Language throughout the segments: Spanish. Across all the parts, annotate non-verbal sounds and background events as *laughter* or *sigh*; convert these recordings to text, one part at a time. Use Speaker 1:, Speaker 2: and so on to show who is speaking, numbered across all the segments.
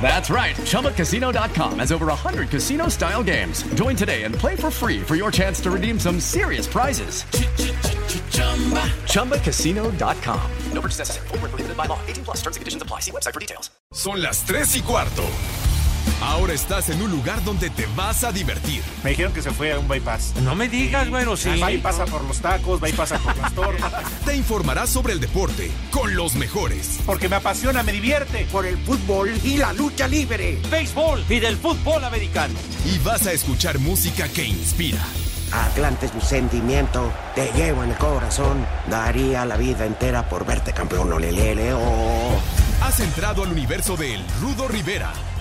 Speaker 1: That's right. ChumbaCasino.com has over 100 casino style games. Join today and play for free for your chance to redeem some serious prizes. ChumbaCasino.com. No purchase necessary. Void where prohibited by law. 18 plus terms and conditions apply. See website for details.
Speaker 2: Son las 3 y cuarto. Ahora estás en un lugar donde te vas a divertir.
Speaker 3: Me dijeron que se fue a un bypass.
Speaker 4: No me digas, bueno, sí.
Speaker 3: Va y pasa por los tacos, va y pasa
Speaker 4: *laughs*
Speaker 3: por las tortas.
Speaker 2: Te informarás sobre el deporte con los mejores.
Speaker 3: Porque me apasiona, me divierte.
Speaker 5: por el fútbol y la lucha libre.
Speaker 4: Béisbol y del fútbol americano.
Speaker 2: Y vas a escuchar música que inspira.
Speaker 5: Atlante es mi sentimiento, te llevo en el corazón. Daría la vida entera por verte campeón, olelele, oh.
Speaker 2: Has entrado al universo de El Rudo Rivera,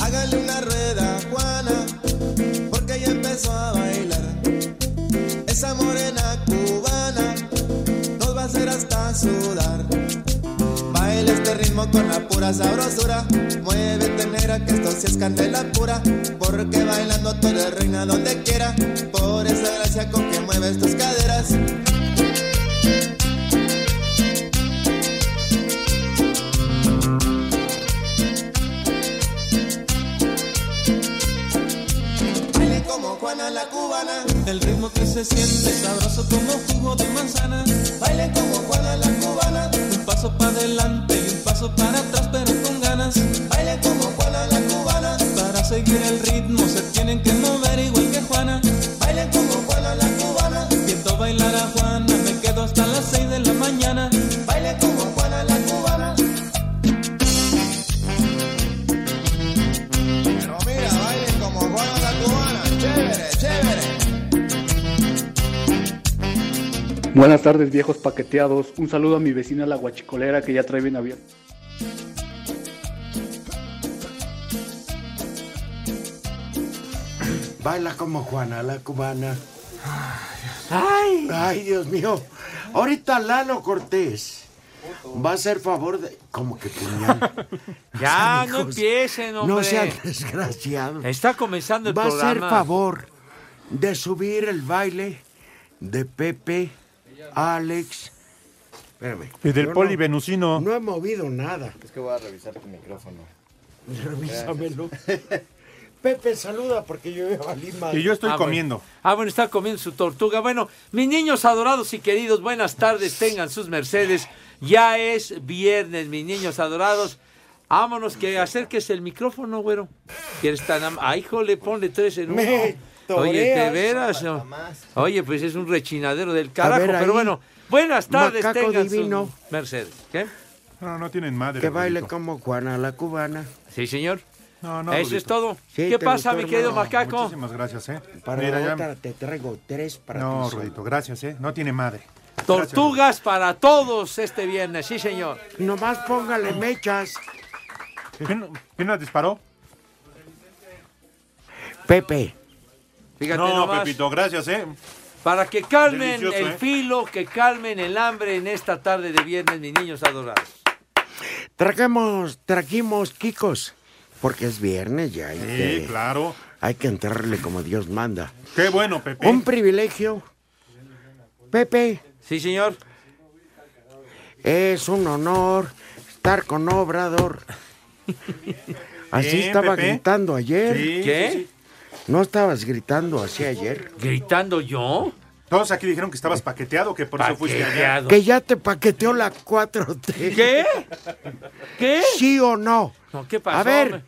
Speaker 6: Hágale una rueda, Juana, porque ya empezó a bailar. Esa morena cubana nos va a hacer hasta sudar. Baila este ritmo con la pura sabrosura. Muévete negra, que esto sí es candela pura. Porque bailando tú eres reina donde quiera. Por esa gracia con que mueves tus caderas. Baile como Juana la cubana. El ritmo que se siente sabroso como jugo de manzana. Baile como Juana la cubana. Un paso para adelante y un paso para atrás, pero con ganas. Baile como Juana la cubana. Para seguir el ritmo se tienen que mover igual que Juana. Baile como Juana la cubana. Viendo bailar a Juana, me quedo hasta las 6 de la mañana. Baile como Juana la cubana. Pero mira, bailen como Juana la cubana. Chévere, chévere.
Speaker 7: Buenas tardes, viejos paqueteados. Un saludo a mi vecina la guachicolera que ya trae bien abierto.
Speaker 5: Baila como Juana, la cubana. Ay, ay, Dios mío. Ahorita Lalo Cortés va a hacer favor de. Como que puñal.
Speaker 4: *laughs* Ya,
Speaker 5: Hijos,
Speaker 4: no empiecen, este hombre.
Speaker 5: No sean desgraciados.
Speaker 4: Está comenzando el
Speaker 5: va a
Speaker 4: programa.
Speaker 5: hacer favor de subir el baile de Pepe, Alex. Espérame.
Speaker 3: Y del
Speaker 5: Yo
Speaker 3: poli
Speaker 5: no-
Speaker 3: venucino.
Speaker 5: No he movido nada.
Speaker 8: Es que voy a revisar tu micrófono.
Speaker 5: *laughs* Revísamelo. Pepe, saluda porque yo ya valí madre.
Speaker 3: Y yo estoy
Speaker 4: Ah, bueno.
Speaker 3: comiendo.
Speaker 4: Ah, bueno, está comiendo su tortuga. Bueno, mis niños adorados y queridos, buenas tardes, tengan sus mercedes. Ya es viernes, mis niños adorados. Vámonos, que acerques el micrófono, güero. ¿Quieres tan am- Ay, jole, ponle tres en uno.
Speaker 5: Me
Speaker 4: Oye, te
Speaker 5: toreas.
Speaker 4: veras. no? Oye, pues es un rechinadero del
Speaker 5: A
Speaker 4: carajo.
Speaker 5: ver, ahí.
Speaker 4: Pero bueno, buenas tardes,
Speaker 5: Macaco
Speaker 4: tengan
Speaker 5: divino.
Speaker 4: sus mercedes. ¿Qué?
Speaker 3: No, no tienen madre.
Speaker 5: Que baile
Speaker 3: Rudito.
Speaker 5: como Juana la cubana.
Speaker 4: Sí, señor.
Speaker 3: No, no,
Speaker 4: Eso
Speaker 3: Rudito.
Speaker 4: es todo.
Speaker 5: Sí,
Speaker 4: ¿Qué
Speaker 5: te
Speaker 4: pasa,
Speaker 5: gustó,
Speaker 4: mi querido
Speaker 5: hermano.
Speaker 4: macaco?
Speaker 3: Muchísimas gracias, ¿eh?
Speaker 5: Para
Speaker 3: Mira, ya-
Speaker 5: otra te traigo tres para
Speaker 3: No,
Speaker 5: ti solo.
Speaker 3: Rudito, gracias, ¿eh? No tiene madre.
Speaker 4: Tortugas para todos este viernes, sí, señor.
Speaker 5: Nomás póngale mechas.
Speaker 3: ¿Quién, quién las disparó?
Speaker 5: Pepe,
Speaker 4: Fíjate
Speaker 3: No,
Speaker 4: nomás.
Speaker 3: Pepito, gracias, ¿eh?
Speaker 4: Para que calmen
Speaker 3: Delicioso,
Speaker 4: el
Speaker 3: ¿eh?
Speaker 4: filo, que calmen el hambre en esta tarde de viernes, mis niños adorados.
Speaker 5: trajimos, trajimos Kikos. Porque es viernes ya. Hay,
Speaker 3: Sí,
Speaker 5: que,
Speaker 3: claro.
Speaker 5: hay que entrarle como Dios manda.
Speaker 3: Qué bueno, Pepe.
Speaker 5: Un privilegio. Pepe,
Speaker 4: Sí, señor.
Speaker 5: es un honor estar con Obrador. Así
Speaker 3: Bien,
Speaker 5: estaba
Speaker 3: Pepe.
Speaker 5: gritando ayer.
Speaker 3: Sí,
Speaker 4: ¿Qué?
Speaker 3: sí, sí.
Speaker 5: ¿No estabas gritando así ayer?
Speaker 4: ¿Gritando yo?
Speaker 3: Todos aquí dijeron que estabas paqueteado, que por eso fuiste allá.
Speaker 4: Paqueteado.
Speaker 5: Que ya te paqueteó la 4T.
Speaker 4: ¿Qué? ¿Qué?
Speaker 5: ¿Sí o no?
Speaker 4: No, ¿qué pasó,
Speaker 5: A ver,
Speaker 4: hombre?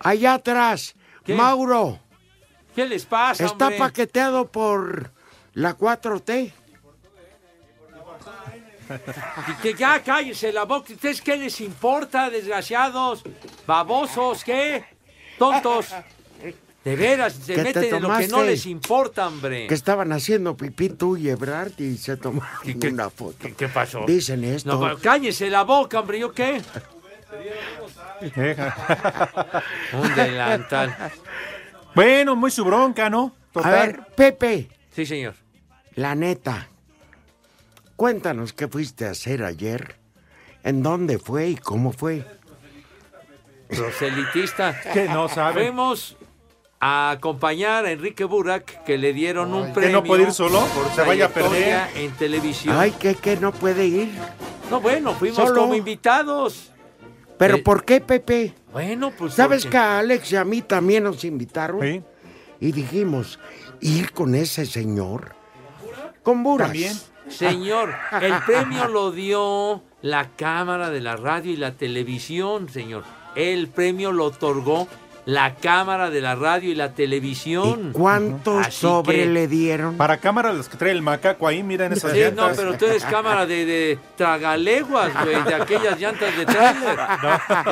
Speaker 5: allá atrás,
Speaker 4: ¿Qué?
Speaker 5: Mauro,
Speaker 4: ¿Qué les pasa,
Speaker 5: ¿está
Speaker 4: hombre?
Speaker 5: paqueteado por la 4T?
Speaker 4: Y que ya cállense la boca. ¿Ustedes qué les importa, desgraciados? ¿Babosos? ¿Qué? ¿Tontos? De veras, se
Speaker 5: ¿Qué te
Speaker 4: meten en lo que no
Speaker 5: tomaste?
Speaker 4: les importa, hombre.
Speaker 5: Que estaban haciendo pipí tú y Ebrard y se tomaron
Speaker 4: ¿Qué- qué-
Speaker 5: una foto.
Speaker 4: ¿Qué, qué pasó?
Speaker 5: Dicen esto.
Speaker 4: No, pero cállense la boca, hombre. ¿Yo qué? Un delantal.
Speaker 3: Bueno, muy su bronca, ¿no?
Speaker 5: A
Speaker 3: Total.
Speaker 5: ver, Pepe,
Speaker 4: Sí, señor.
Speaker 5: la neta, cuéntanos qué fuiste a hacer ayer, en dónde fue y cómo fue.
Speaker 4: Proselitista.
Speaker 3: que no sabe.
Speaker 4: Fuimos a acompañar a Enrique Burak, que le dieron un
Speaker 3: ¿Que
Speaker 4: premio.
Speaker 3: no puede ir solo?
Speaker 4: por
Speaker 3: Se vaya a
Speaker 4: trayectoria
Speaker 3: perder.
Speaker 4: En televisión.
Speaker 5: Ay, que, que no puede ir.
Speaker 4: No, bueno, fuimos
Speaker 5: Solo.
Speaker 4: como invitados.
Speaker 5: Pero
Speaker 4: Eh,
Speaker 5: ¿por qué, Pepe?
Speaker 4: Bueno, pues.
Speaker 5: ¿Sabes que
Speaker 4: porque-
Speaker 5: a Alex y a mí también nos invitaron?
Speaker 3: Sí.
Speaker 5: Y dijimos, ir con ese señor. Con Buras.
Speaker 3: También.
Speaker 4: Señor, el premio lo dio la Cámara de la Radio y la Televisión, señor. El premio lo otorgó la Cámara de la Radio y la
Speaker 5: ¿Y
Speaker 4: Televisión.
Speaker 5: cuántos
Speaker 4: Así
Speaker 5: sobre
Speaker 4: que-
Speaker 5: le dieron?
Speaker 3: Para cámara los que trae el macaco ahí, miren esas
Speaker 4: Sí, no,
Speaker 3: llantas.
Speaker 4: pero tú eres cámara de, de tragaleguas, güey, de aquellas llantas de tráiler.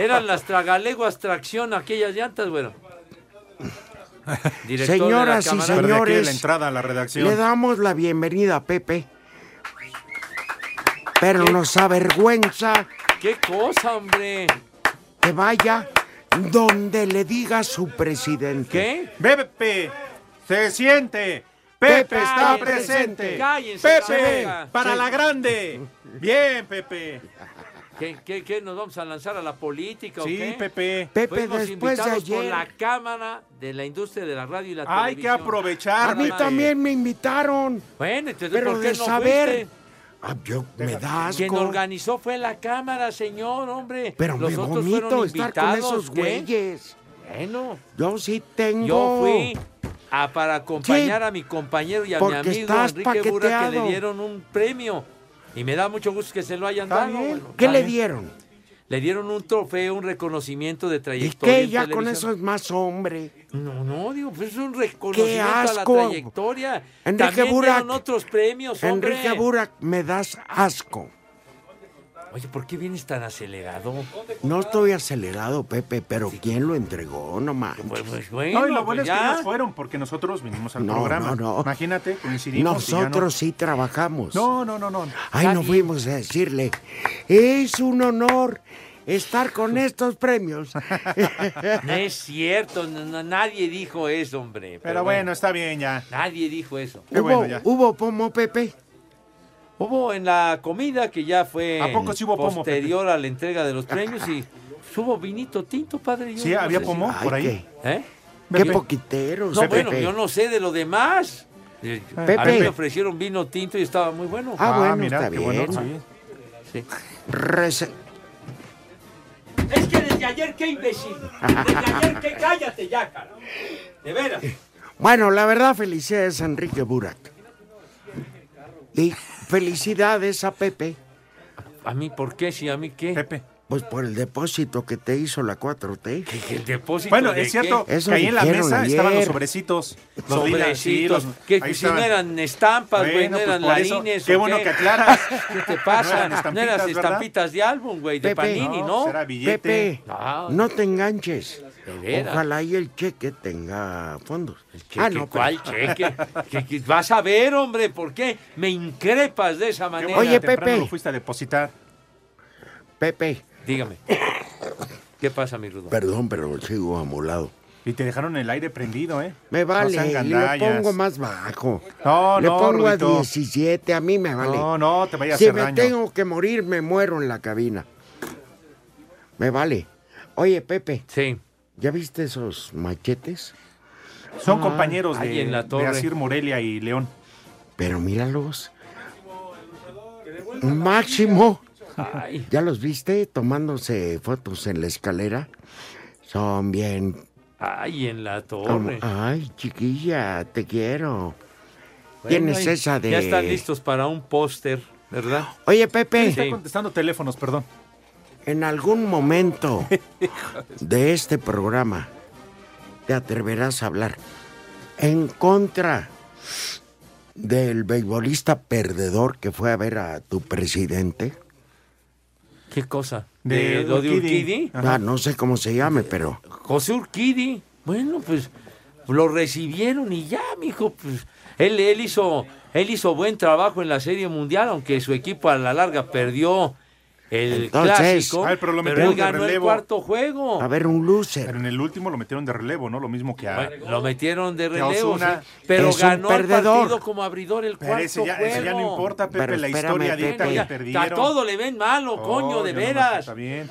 Speaker 4: Eran las tragaleguas tracción, aquellas llantas, bueno. Director de la
Speaker 5: Señoras y
Speaker 4: Cámara-
Speaker 3: Pero de aquí de
Speaker 5: señores,
Speaker 3: la entrada a la redacción.
Speaker 5: Le damos la bienvenida a Pepe. Pero nos avergüenza
Speaker 4: ¡Qué cosa, hombre!
Speaker 5: que vaya donde le diga su presidente.
Speaker 4: ¿Qué?
Speaker 3: Pepe, se siente. Pepe,
Speaker 5: Pepe
Speaker 3: está
Speaker 5: cállense,
Speaker 3: presente.
Speaker 4: cállense,
Speaker 3: Pepe,
Speaker 4: chinga.
Speaker 3: para
Speaker 4: Sí.
Speaker 3: la grande. Bien, Pepe.
Speaker 4: ¿Qué, qué, qué? ¿Nos vamos a lanzar a la política o qué?
Speaker 3: Sí, Pepe.
Speaker 5: Pepe,
Speaker 4: Fuimos
Speaker 5: después de
Speaker 4: invitados por
Speaker 5: ayer.
Speaker 4: la Cámara de la Industria de la Radio y la
Speaker 3: Hay que
Speaker 4: Televisión.
Speaker 3: aprovechar.
Speaker 5: A mí
Speaker 3: Pepe.
Speaker 5: también me invitaron.
Speaker 4: Bueno, entonces,
Speaker 5: Pero
Speaker 4: ¿por qué
Speaker 5: de
Speaker 4: no
Speaker 5: saber.
Speaker 4: fuiste?
Speaker 5: Ah, yo me da
Speaker 4: Quien
Speaker 5: asco.
Speaker 4: organizó fue la Cámara, señor, hombre.
Speaker 5: Pero
Speaker 4: Los
Speaker 5: me
Speaker 4: otros fueron
Speaker 5: vomito estar con
Speaker 4: invitados,
Speaker 5: esos
Speaker 4: ¿qué?
Speaker 5: güeyes.
Speaker 4: Bueno,
Speaker 5: Yo sí tengo.
Speaker 4: yo fui a, para acompañar
Speaker 5: Sí.
Speaker 4: a mi compañero y a
Speaker 5: Porque
Speaker 4: mi amigo
Speaker 5: estás
Speaker 4: Enrique Burak, que le
Speaker 5: paqueteado.
Speaker 4: dieron un premio. Y me da mucho gusto que se lo hayan
Speaker 3: Está
Speaker 4: dado.
Speaker 3: bien.
Speaker 4: bueno.
Speaker 5: ¿Qué
Speaker 4: Está
Speaker 5: le
Speaker 4: bien.
Speaker 5: dieron?
Speaker 4: Le dieron un trofeo, un reconocimiento de
Speaker 5: ¿Y
Speaker 4: trayectoria.
Speaker 5: qué?
Speaker 4: en
Speaker 5: Ya con eso
Speaker 4: televisión.
Speaker 5: es más hombre.
Speaker 4: No, no, digo, pues es un reconocimiento a la
Speaker 5: asco!
Speaker 4: trayectoria.
Speaker 5: Enrique
Speaker 4: También
Speaker 5: Burak.
Speaker 4: dieron otros premios, hombre.
Speaker 5: Enrique Burak, me das asco.
Speaker 4: Oye, ¿por qué vienes tan acelerado?
Speaker 5: No estoy acelerado, Pepe, pero ¿quién lo entregó? No
Speaker 4: Pues,
Speaker 5: manches.
Speaker 4: pues, bueno,
Speaker 3: No, y lo bueno
Speaker 4: pues
Speaker 3: es que
Speaker 4: ya.
Speaker 3: ellos fueron porque nosotros vinimos al
Speaker 5: No,
Speaker 3: programa.
Speaker 5: no, no.
Speaker 3: Imagínate, coincidimos. y ya no.
Speaker 5: Nosotros sí trabajamos.
Speaker 3: No, no, no, no.
Speaker 5: Ahí
Speaker 4: Está
Speaker 5: nos
Speaker 4: bien.
Speaker 5: fuimos a decirle, es un honor estar con
Speaker 4: *laughs*
Speaker 5: estos premios. *laughs*
Speaker 4: No es cierto, no- no- nadie dijo eso, hombre.
Speaker 3: Pero bueno, está bien ya.
Speaker 4: Nadie dijo eso.
Speaker 3: Qué bueno,
Speaker 5: ¿Hubo,
Speaker 3: ya.
Speaker 5: hubo pomo, Pepe?
Speaker 4: Hubo en la comida que ya fue
Speaker 3: ¿A poco sí hubo pomo,
Speaker 4: posterior a la entrega de los premios y hubo vinito tinto, padre. yo
Speaker 3: Sí,
Speaker 4: no
Speaker 3: había
Speaker 4: sé si-
Speaker 3: pomo por ahí.
Speaker 5: Qué,
Speaker 4: ¿Eh?
Speaker 5: qué
Speaker 3: Pepe.
Speaker 5: poquiteros,
Speaker 4: No,
Speaker 5: Pepe.
Speaker 4: bueno, yo no sé de lo demás. Eh,
Speaker 5: Pepe.
Speaker 4: A mí me ofrecieron vino tinto y estaba muy bueno.
Speaker 5: Ah, bueno,
Speaker 3: mira,
Speaker 5: está
Speaker 3: qué
Speaker 5: bien.
Speaker 3: bueno. sí.
Speaker 4: Sí.
Speaker 5: Rece- *laughs*
Speaker 4: Es que desde ayer, qué imbécil. Desde ayer, que cállate ya, cara. De veras.
Speaker 5: Bueno, la verdad, felicidades a Enrique Burak. Y felicidades a Pepe,
Speaker 4: ¿A mí por qué? Sí, ¿a mí qué?
Speaker 3: Pepe.
Speaker 5: pues por el depósito que te hizo la 4T.
Speaker 4: ¿Que- que *laughs* el depósito
Speaker 3: Bueno,
Speaker 4: de
Speaker 3: es cierto
Speaker 4: qué?
Speaker 5: Eso
Speaker 3: que ahí en la
Speaker 5: dijeron
Speaker 3: mesa estaban los
Speaker 5: ayer.
Speaker 3: sobrecitos.
Speaker 4: Los
Speaker 3: Sodina, sí,
Speaker 4: sobrecitos,
Speaker 3: los-
Speaker 4: que
Speaker 3: ahí
Speaker 4: si no
Speaker 3: estaban.
Speaker 4: eran estampas, güey,
Speaker 3: Bueno,
Speaker 4: no
Speaker 3: pues
Speaker 4: eran
Speaker 3: por eso,
Speaker 4: larines.
Speaker 3: Qué
Speaker 4: ¿o
Speaker 3: bueno
Speaker 4: qué?
Speaker 3: que aclaras.
Speaker 4: *laughs* ¿Qué te
Speaker 3: No
Speaker 4: pasa?
Speaker 3: eran
Speaker 4: No eran
Speaker 3: estampitas, ¿verdad?
Speaker 4: estampitas de álbum, güey, de
Speaker 5: Pepe.
Speaker 4: Panini,
Speaker 3: No,
Speaker 4: ¿no?
Speaker 3: será billete.
Speaker 5: Pepe,
Speaker 4: Ah.
Speaker 5: no te enganches.
Speaker 4: De veras.
Speaker 5: Ojalá y el cheque tenga fondos. Ah,
Speaker 4: ¿Qué- qué- ¿Cuál cheque? ¿Qué- qué- vas a ver, hombre, ¿por qué me increpas de esa
Speaker 3: Qué
Speaker 4: manera?
Speaker 3: bueno
Speaker 5: Oye,
Speaker 3: que temprano
Speaker 5: Pepe.
Speaker 3: lo fuiste a depositar.
Speaker 5: Pepe,
Speaker 4: Dígame. ¿Qué pasa, mi Rudo?
Speaker 5: *laughs* perdón, pero sigo amolado.
Speaker 3: Y te dejaron el aire prendido, ¿eh?
Speaker 5: Me
Speaker 3: No
Speaker 5: vale,
Speaker 3: sean
Speaker 5: le
Speaker 3: gandallas.
Speaker 5: pongo más bajo.
Speaker 3: No,
Speaker 5: le
Speaker 3: no,
Speaker 5: pongo a
Speaker 3: Rudito.
Speaker 5: 17, a mí me vale.
Speaker 3: No, no, te vayas a
Speaker 5: si
Speaker 3: hacer
Speaker 5: me
Speaker 3: daño.
Speaker 5: tengo que morir, me muero en la cabina. Me vale. Oye, Pepe,
Speaker 4: Sí.
Speaker 5: ¿ya viste esos machetes?
Speaker 3: Son compañeros
Speaker 4: Ah, ahí
Speaker 3: de,
Speaker 4: en la
Speaker 3: de
Speaker 4: torre.
Speaker 3: Asir Morelia y León.
Speaker 5: Pero míralos. Máximo.
Speaker 4: Ay,
Speaker 5: ¿Ya los viste tomándose fotos en la escalera? Son bien...
Speaker 4: ay, en la
Speaker 5: como-
Speaker 4: torre.
Speaker 5: Ay, chiquilla, te quiero.
Speaker 4: Bueno,
Speaker 5: ¿Quién es
Speaker 4: ay,
Speaker 5: esa de...?
Speaker 4: Ya están listos para un póster, ¿verdad?
Speaker 5: Oye, Pepe.
Speaker 4: Sí.
Speaker 3: Está contestando teléfonos, perdón.
Speaker 5: En algún
Speaker 4: *laughs*
Speaker 5: momento de este programa te atreverás a hablar en contra del beisbolista perdedor que fue a ver a tu presidente?
Speaker 4: ¿Qué cosa?
Speaker 3: De
Speaker 4: ¿De, lo de
Speaker 3: Urquidi.
Speaker 4: Urquidi?
Speaker 3: Ajá.
Speaker 5: Ah, no sé cómo se llame, pero
Speaker 4: José Urquidi. Bueno, pues lo recibieron y ya, mijo, pues él, él hizo él hizo buen trabajo en la Serie Mundial, aunque su equipo a la larga perdió el
Speaker 5: Entonces,
Speaker 4: clásico,
Speaker 3: a ver, Ah, pero lo metieron
Speaker 4: él
Speaker 3: de
Speaker 4: ganó el
Speaker 3: relevo.
Speaker 4: cuarto juego.
Speaker 5: a ver, un
Speaker 3: Pero
Speaker 5: loser.
Speaker 3: en el último lo metieron de relevo, ¿no? Lo mismo que a.
Speaker 4: Bueno, lo metieron de relevo,
Speaker 3: Osuna
Speaker 4: sí, pero
Speaker 5: es un
Speaker 4: ganó el
Speaker 5: perdedor.
Speaker 4: partido como abridor el
Speaker 3: Pero
Speaker 4: cuarto
Speaker 3: ese ya,
Speaker 4: juego.
Speaker 3: ese ya no importa, Pepe,
Speaker 5: Pero
Speaker 3: la
Speaker 5: espérame,
Speaker 3: historia
Speaker 5: Pepe.
Speaker 3: dicta
Speaker 4: Bueno,
Speaker 3: que
Speaker 4: ya,
Speaker 3: perdieron.
Speaker 4: a todo le ven malo,
Speaker 3: Oh,
Speaker 4: coño, de
Speaker 3: yo nomás,
Speaker 4: veras.
Speaker 3: Está bien.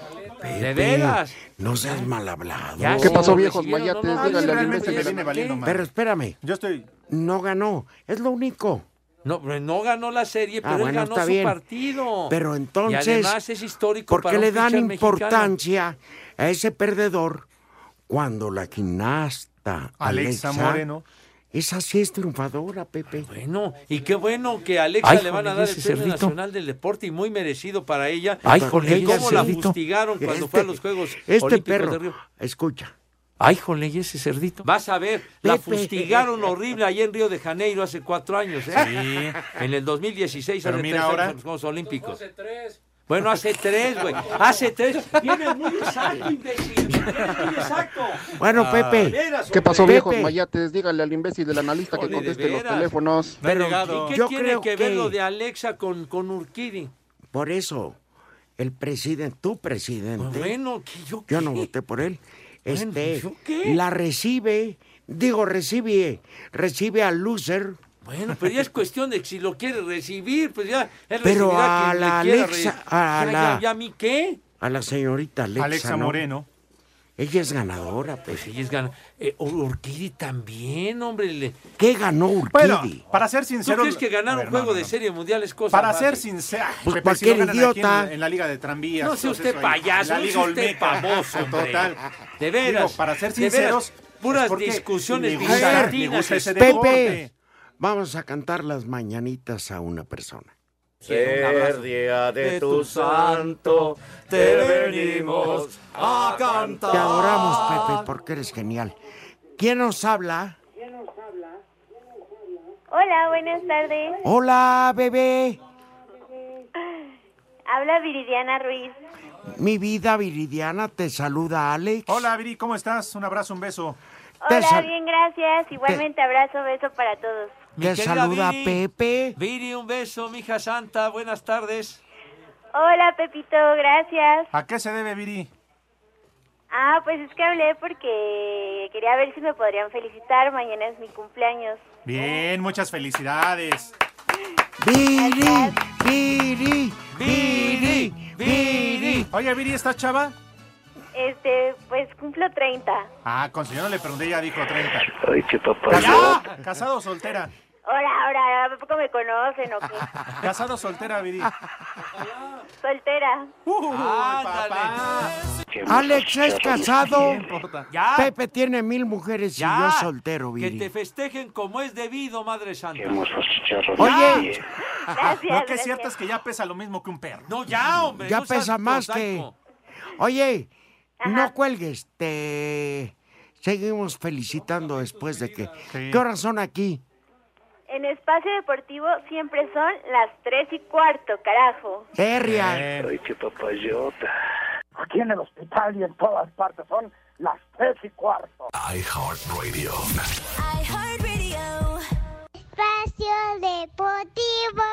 Speaker 4: De veras.
Speaker 5: No seas mal hablado.
Speaker 4: Ya
Speaker 7: ¿Qué
Speaker 4: sí,
Speaker 7: pasó,
Speaker 4: lo
Speaker 7: viejos?
Speaker 4: recibieron,
Speaker 7: Mayates,
Speaker 4: no, no,
Speaker 3: díganle
Speaker 4: sí,
Speaker 3: al
Speaker 4: realmente
Speaker 3: Messi que
Speaker 4: ya
Speaker 3: viene
Speaker 4: no
Speaker 3: valiendo
Speaker 4: quiere.
Speaker 3: madre.
Speaker 5: Pero espérame,
Speaker 3: Yo estoy.
Speaker 5: no ganó, es lo único.
Speaker 4: No, pero no ganó la serie, pero
Speaker 5: Ah,
Speaker 4: él
Speaker 5: bueno,
Speaker 4: ganó
Speaker 5: está
Speaker 4: su
Speaker 5: bien.
Speaker 4: partido.
Speaker 5: Pero entonces,
Speaker 4: Y además es histórico
Speaker 5: ¿Por
Speaker 4: para
Speaker 5: qué
Speaker 4: un
Speaker 5: le dan
Speaker 4: pitcher mexicano.
Speaker 5: importancia a ese perdedor cuando la gimnasta
Speaker 3: Alexa
Speaker 5: Alexa,
Speaker 3: Moreno.
Speaker 5: Esa sí es triunfadora, Pepe.
Speaker 4: Ah, Bueno, y qué bueno que a Alexa
Speaker 9: Ay,
Speaker 4: le van a
Speaker 9: joder,
Speaker 4: dar el
Speaker 9: ese
Speaker 4: Premio
Speaker 9: cerdito.
Speaker 4: Nacional del Deporte y muy merecido para ella.
Speaker 9: Ay,
Speaker 4: Y
Speaker 9: joder,
Speaker 4: cómo
Speaker 9: ese
Speaker 4: la
Speaker 9: cerdito.
Speaker 4: fustigaron cuando fue a los Juegos
Speaker 5: este
Speaker 4: Olímpicos
Speaker 5: perro,
Speaker 4: de Río.
Speaker 5: Escucha,
Speaker 9: Ay, jole, y ese cerdito.
Speaker 4: *laughs* Vas a ver, la
Speaker 5: Pepe.
Speaker 4: fustigaron horrible allá en Río de Janeiro hace cuatro años, ¿eh? *laughs* En el 2016,
Speaker 3: Pero
Speaker 4: hace
Speaker 3: mira
Speaker 4: tres
Speaker 3: ahora.
Speaker 4: años, en los Juegos Olímpicos. Bueno, hace tres, *laughs* güey. Hace tres. Vienes muy *laughs* exacto, imbécil. Vienes muy exacto.
Speaker 5: Bueno,
Speaker 3: Ah.
Speaker 5: Pepe.
Speaker 4: de veras,
Speaker 7: ¿Qué
Speaker 4: hombre.
Speaker 7: pasó,
Speaker 5: Pepe.
Speaker 7: viejos mayates? Dígale al imbécil del analista que
Speaker 4: Híjole, de
Speaker 7: conteste los
Speaker 4: veras.
Speaker 7: teléfonos.
Speaker 4: Pero,
Speaker 5: Renegado.
Speaker 4: ¿y qué
Speaker 5: Yo
Speaker 4: tiene
Speaker 5: creo
Speaker 4: que
Speaker 5: que-
Speaker 4: ver lo de Alexa con, con Urquidi?
Speaker 5: por eso, el presidente, tu presidente,
Speaker 4: Ah, Bueno, que yo
Speaker 5: yo no
Speaker 4: qué?
Speaker 5: voté por él, este,
Speaker 4: ¿yo qué?
Speaker 5: la recibe, digo, recibe, recibe al loser,
Speaker 4: Bueno, pero ya es cuestión de si lo quiere recibir, pues ya él
Speaker 5: Pero
Speaker 4: recibirá
Speaker 5: a
Speaker 4: quien le
Speaker 5: la
Speaker 4: quiera
Speaker 5: Alexa,
Speaker 4: re- ya,
Speaker 5: a la-
Speaker 4: ya, ya, ¿a mí qué?
Speaker 5: a la señorita Alexa.
Speaker 3: Alexa
Speaker 5: ¿no?
Speaker 3: Moreno.
Speaker 5: Ella es ganadora, Pepe.
Speaker 4: Pues ellos ganan. Eh, Ur- Urquidi también, hombre. le-
Speaker 5: ¿Qué ganó
Speaker 3: Bueno,
Speaker 5: Urquidi?
Speaker 3: para ser
Speaker 4: ¿Tú
Speaker 3: sincero.
Speaker 4: crees que ganar un
Speaker 3: A ver, no,
Speaker 4: juego
Speaker 3: no,
Speaker 4: de
Speaker 3: no.
Speaker 4: serie mundial es cosa
Speaker 3: Para
Speaker 4: fácil?
Speaker 3: ser sincero. Pepe, si
Speaker 5: Pues
Speaker 3: lo
Speaker 5: cualquier
Speaker 3: ganan aquí
Speaker 5: idiota.
Speaker 3: en, en la Liga de Tranvías.
Speaker 4: No sea
Speaker 3: pues
Speaker 4: usted
Speaker 3: eso ahí,
Speaker 4: payaso,
Speaker 3: la
Speaker 4: no
Speaker 3: Liga
Speaker 4: sea usted
Speaker 3: Olmeca.
Speaker 4: pavoso, hombre.
Speaker 3: Total.
Speaker 4: De veras.
Speaker 3: Digo, para ser
Speaker 4: de veras,
Speaker 3: sinceros. pues,
Speaker 4: puras
Speaker 3: es porque
Speaker 4: discusiones
Speaker 3: le gusta-
Speaker 4: bizantinas,
Speaker 3: le gusta ese
Speaker 4: Pepe.
Speaker 3: deporte.
Speaker 5: Vamos a cantar las mañanitas a una persona.
Speaker 4: Quiero un abrazo.
Speaker 8: día
Speaker 4: de tu santo, te venimos a cantar.
Speaker 5: Te adoramos, Pepe, porque eres genial. ¿Quién nos habla?
Speaker 10: Hola, buenas tardes.
Speaker 5: Hola, bebé.
Speaker 10: Habla Viridiana Ruiz.
Speaker 5: Mi vida viridiana te saluda, Alex.
Speaker 3: Hola, Viri, ¿cómo estás? Un abrazo, un beso.
Speaker 5: Te
Speaker 10: Hola,
Speaker 5: sal-
Speaker 10: bien, gracias. Igualmente abrazo, beso para todos.
Speaker 4: Mi
Speaker 5: Te
Speaker 4: querida
Speaker 5: saluda
Speaker 4: Viri.
Speaker 5: Pepe.
Speaker 4: Viri, un beso, mija santa. Buenas tardes.
Speaker 10: Hola, Pepito, gracias.
Speaker 3: ¿A qué se debe, Viri?
Speaker 10: Ah, pues es que hablé porque quería ver si me podrían felicitar. Mañana es mi cumpleaños.
Speaker 3: Bien, muchas felicidades.
Speaker 5: Viri, Viri, Viri,
Speaker 4: Viri.
Speaker 5: Viri.
Speaker 3: Oye, Viri, ¿estás chava?
Speaker 10: Este, pues cumplo 30.
Speaker 3: Ah, con si yo no le pregunté, ya dijo 30.
Speaker 9: Ay, qué papá.
Speaker 3: ¿Casado? ¿Casado o soltera?
Speaker 10: Hola, hola, ¿a poco me conocen
Speaker 5: *laughs*
Speaker 10: o qué?
Speaker 3: ¿Casado o soltera, Viri?
Speaker 10: Soltera.
Speaker 3: ¡Uh,
Speaker 4: Ándale. Ah,
Speaker 3: papá!
Speaker 5: Alex es casado.
Speaker 4: Ya.
Speaker 5: Pepe tiene mil mujeres y
Speaker 4: ya.
Speaker 5: yo soltero,
Speaker 4: Que te
Speaker 5: Viri.
Speaker 4: festejen como es debido, Madre Santa.
Speaker 5: Oye,
Speaker 10: Gracias.
Speaker 3: No, que
Speaker 10: gracias.
Speaker 3: es cierto es que ya pesa lo mismo que un perro.
Speaker 4: No, ya, hombre.
Speaker 5: ya
Speaker 4: no seas
Speaker 5: pesa más que.
Speaker 4: prosaico.
Speaker 5: Oye,
Speaker 10: Ajá.
Speaker 5: no cuelgues, te seguimos felicitando después de que.
Speaker 3: Sí.
Speaker 5: ¿Qué horas son aquí?
Speaker 10: En espacio deportivo siempre son las 3 y cuarto, carajo.
Speaker 5: Terria.
Speaker 4: Eh.
Speaker 3: Bien.
Speaker 9: Aquí en el hospital y en todas partes son las tres y cuarto.
Speaker 11: iHeartRadio.
Speaker 10: Espacio deportivo.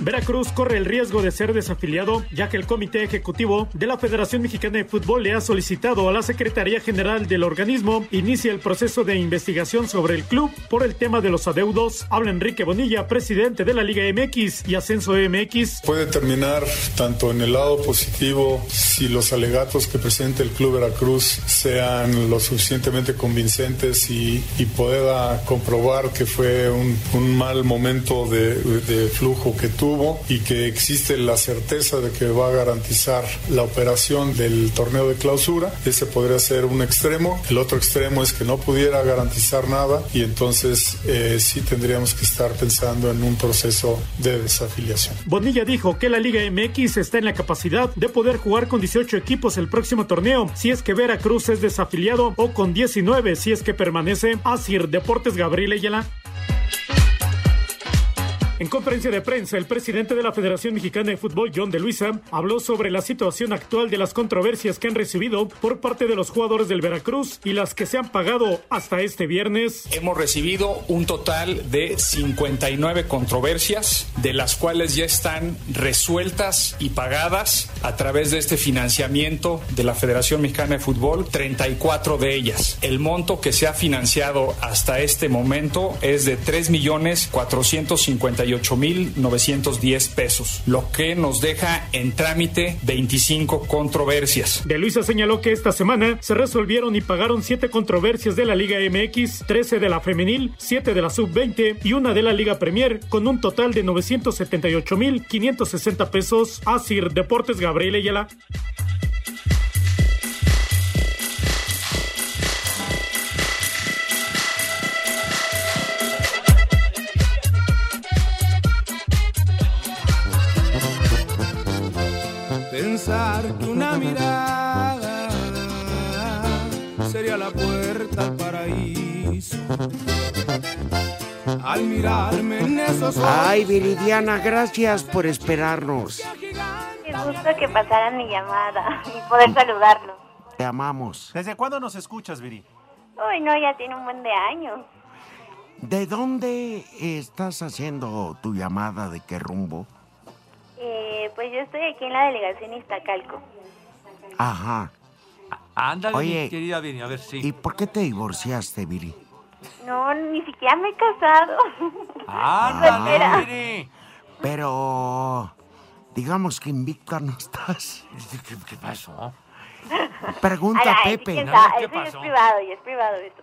Speaker 9: Veracruz corre el riesgo de ser desafiliado, ya que el Comité Ejecutivo de la Federación Mexicana de Fútbol le ha solicitado a la Secretaría General del organismo inicie el proceso de investigación sobre el club por el tema de los adeudos. Habla Enrique Bonilla, presidente de la Liga MX y Ascenso MX.
Speaker 10: Puede terminar tanto en el lado positivo si los alegatos que presente el Club Veracruz sean lo suficientemente convincentes y, y pueda comprobar que fue un, un mal momento de, de flujo que tuvo nuevo y que existe la certeza de que va a garantizar la operación del torneo de clausura. Ese podría ser un extremo. El otro extremo es que no pudiera garantizar nada y entonces eh, sí tendríamos que estar pensando en un proceso de desafiliación.
Speaker 9: Bonilla dijo que la Liga MX está en la capacidad de poder jugar con 18 equipos el próximo torneo, si es que Veracruz es desafiliado, o con 19 si es que permanece. Asir Deportes Gabriel Ayala. En conferencia de prensa, el presidente de la Federación Mexicana de Fútbol, John de Luisa, habló sobre la situación actual de las controversias que han recibido por parte de los jugadores del Veracruz y las que se han pagado hasta este viernes.
Speaker 12: Hemos recibido un total de 59 controversias, de las cuales ya están resueltas y pagadas a través de este financiamiento de la Federación Mexicana de Fútbol, 34 de ellas. El monto que se ha financiado hasta este momento es de 3.458.000 diez pesos, lo que nos deja en trámite 25 controversias.
Speaker 9: De Luisa señaló que esta semana se resolvieron y pagaron siete controversias de la Liga MX, 13 de la femenil, 7 de la sub-20 y una de la Liga Premier, con un total de 978.560 pesos. Asir Deportes Gabriel Ayala.
Speaker 13: Pensar que una mirada sería la puerta al paraíso. Al mirarme en esos ojos.
Speaker 5: Ay, Viridiana, gracias por esperarnos.
Speaker 14: Qué gusto que pasaran mi llamada *laughs* y poder saludarlo.
Speaker 5: Te amamos.
Speaker 3: ¿Desde cuándo nos escuchas,
Speaker 5: *laughs*
Speaker 3: Viri?
Speaker 14: Uy, no, ya tiene un buen de años.
Speaker 5: ¿De dónde estás haciendo tu llamada? ¿De qué rumbo?
Speaker 14: Eh, pues yo estoy aquí en la delegación Iztacalco.
Speaker 5: Ajá.
Speaker 4: Ándale,
Speaker 5: Oye.
Speaker 4: mi querida Viri, a ver si.
Speaker 5: ¿Y por qué te divorciaste, Viri?
Speaker 14: No, ni siquiera me he
Speaker 4: *laughs*
Speaker 14: casado. Pues
Speaker 4: Ándale,
Speaker 14: Soltera.
Speaker 4: Viri.
Speaker 5: Pero digamos que invicta no estás.
Speaker 4: ¿Qué, *laughs* qué pasó?
Speaker 5: Pregunta a
Speaker 14: Ay, ay,
Speaker 5: Pepe.
Speaker 14: sí que está, eso ya es privado, ya es privado esto.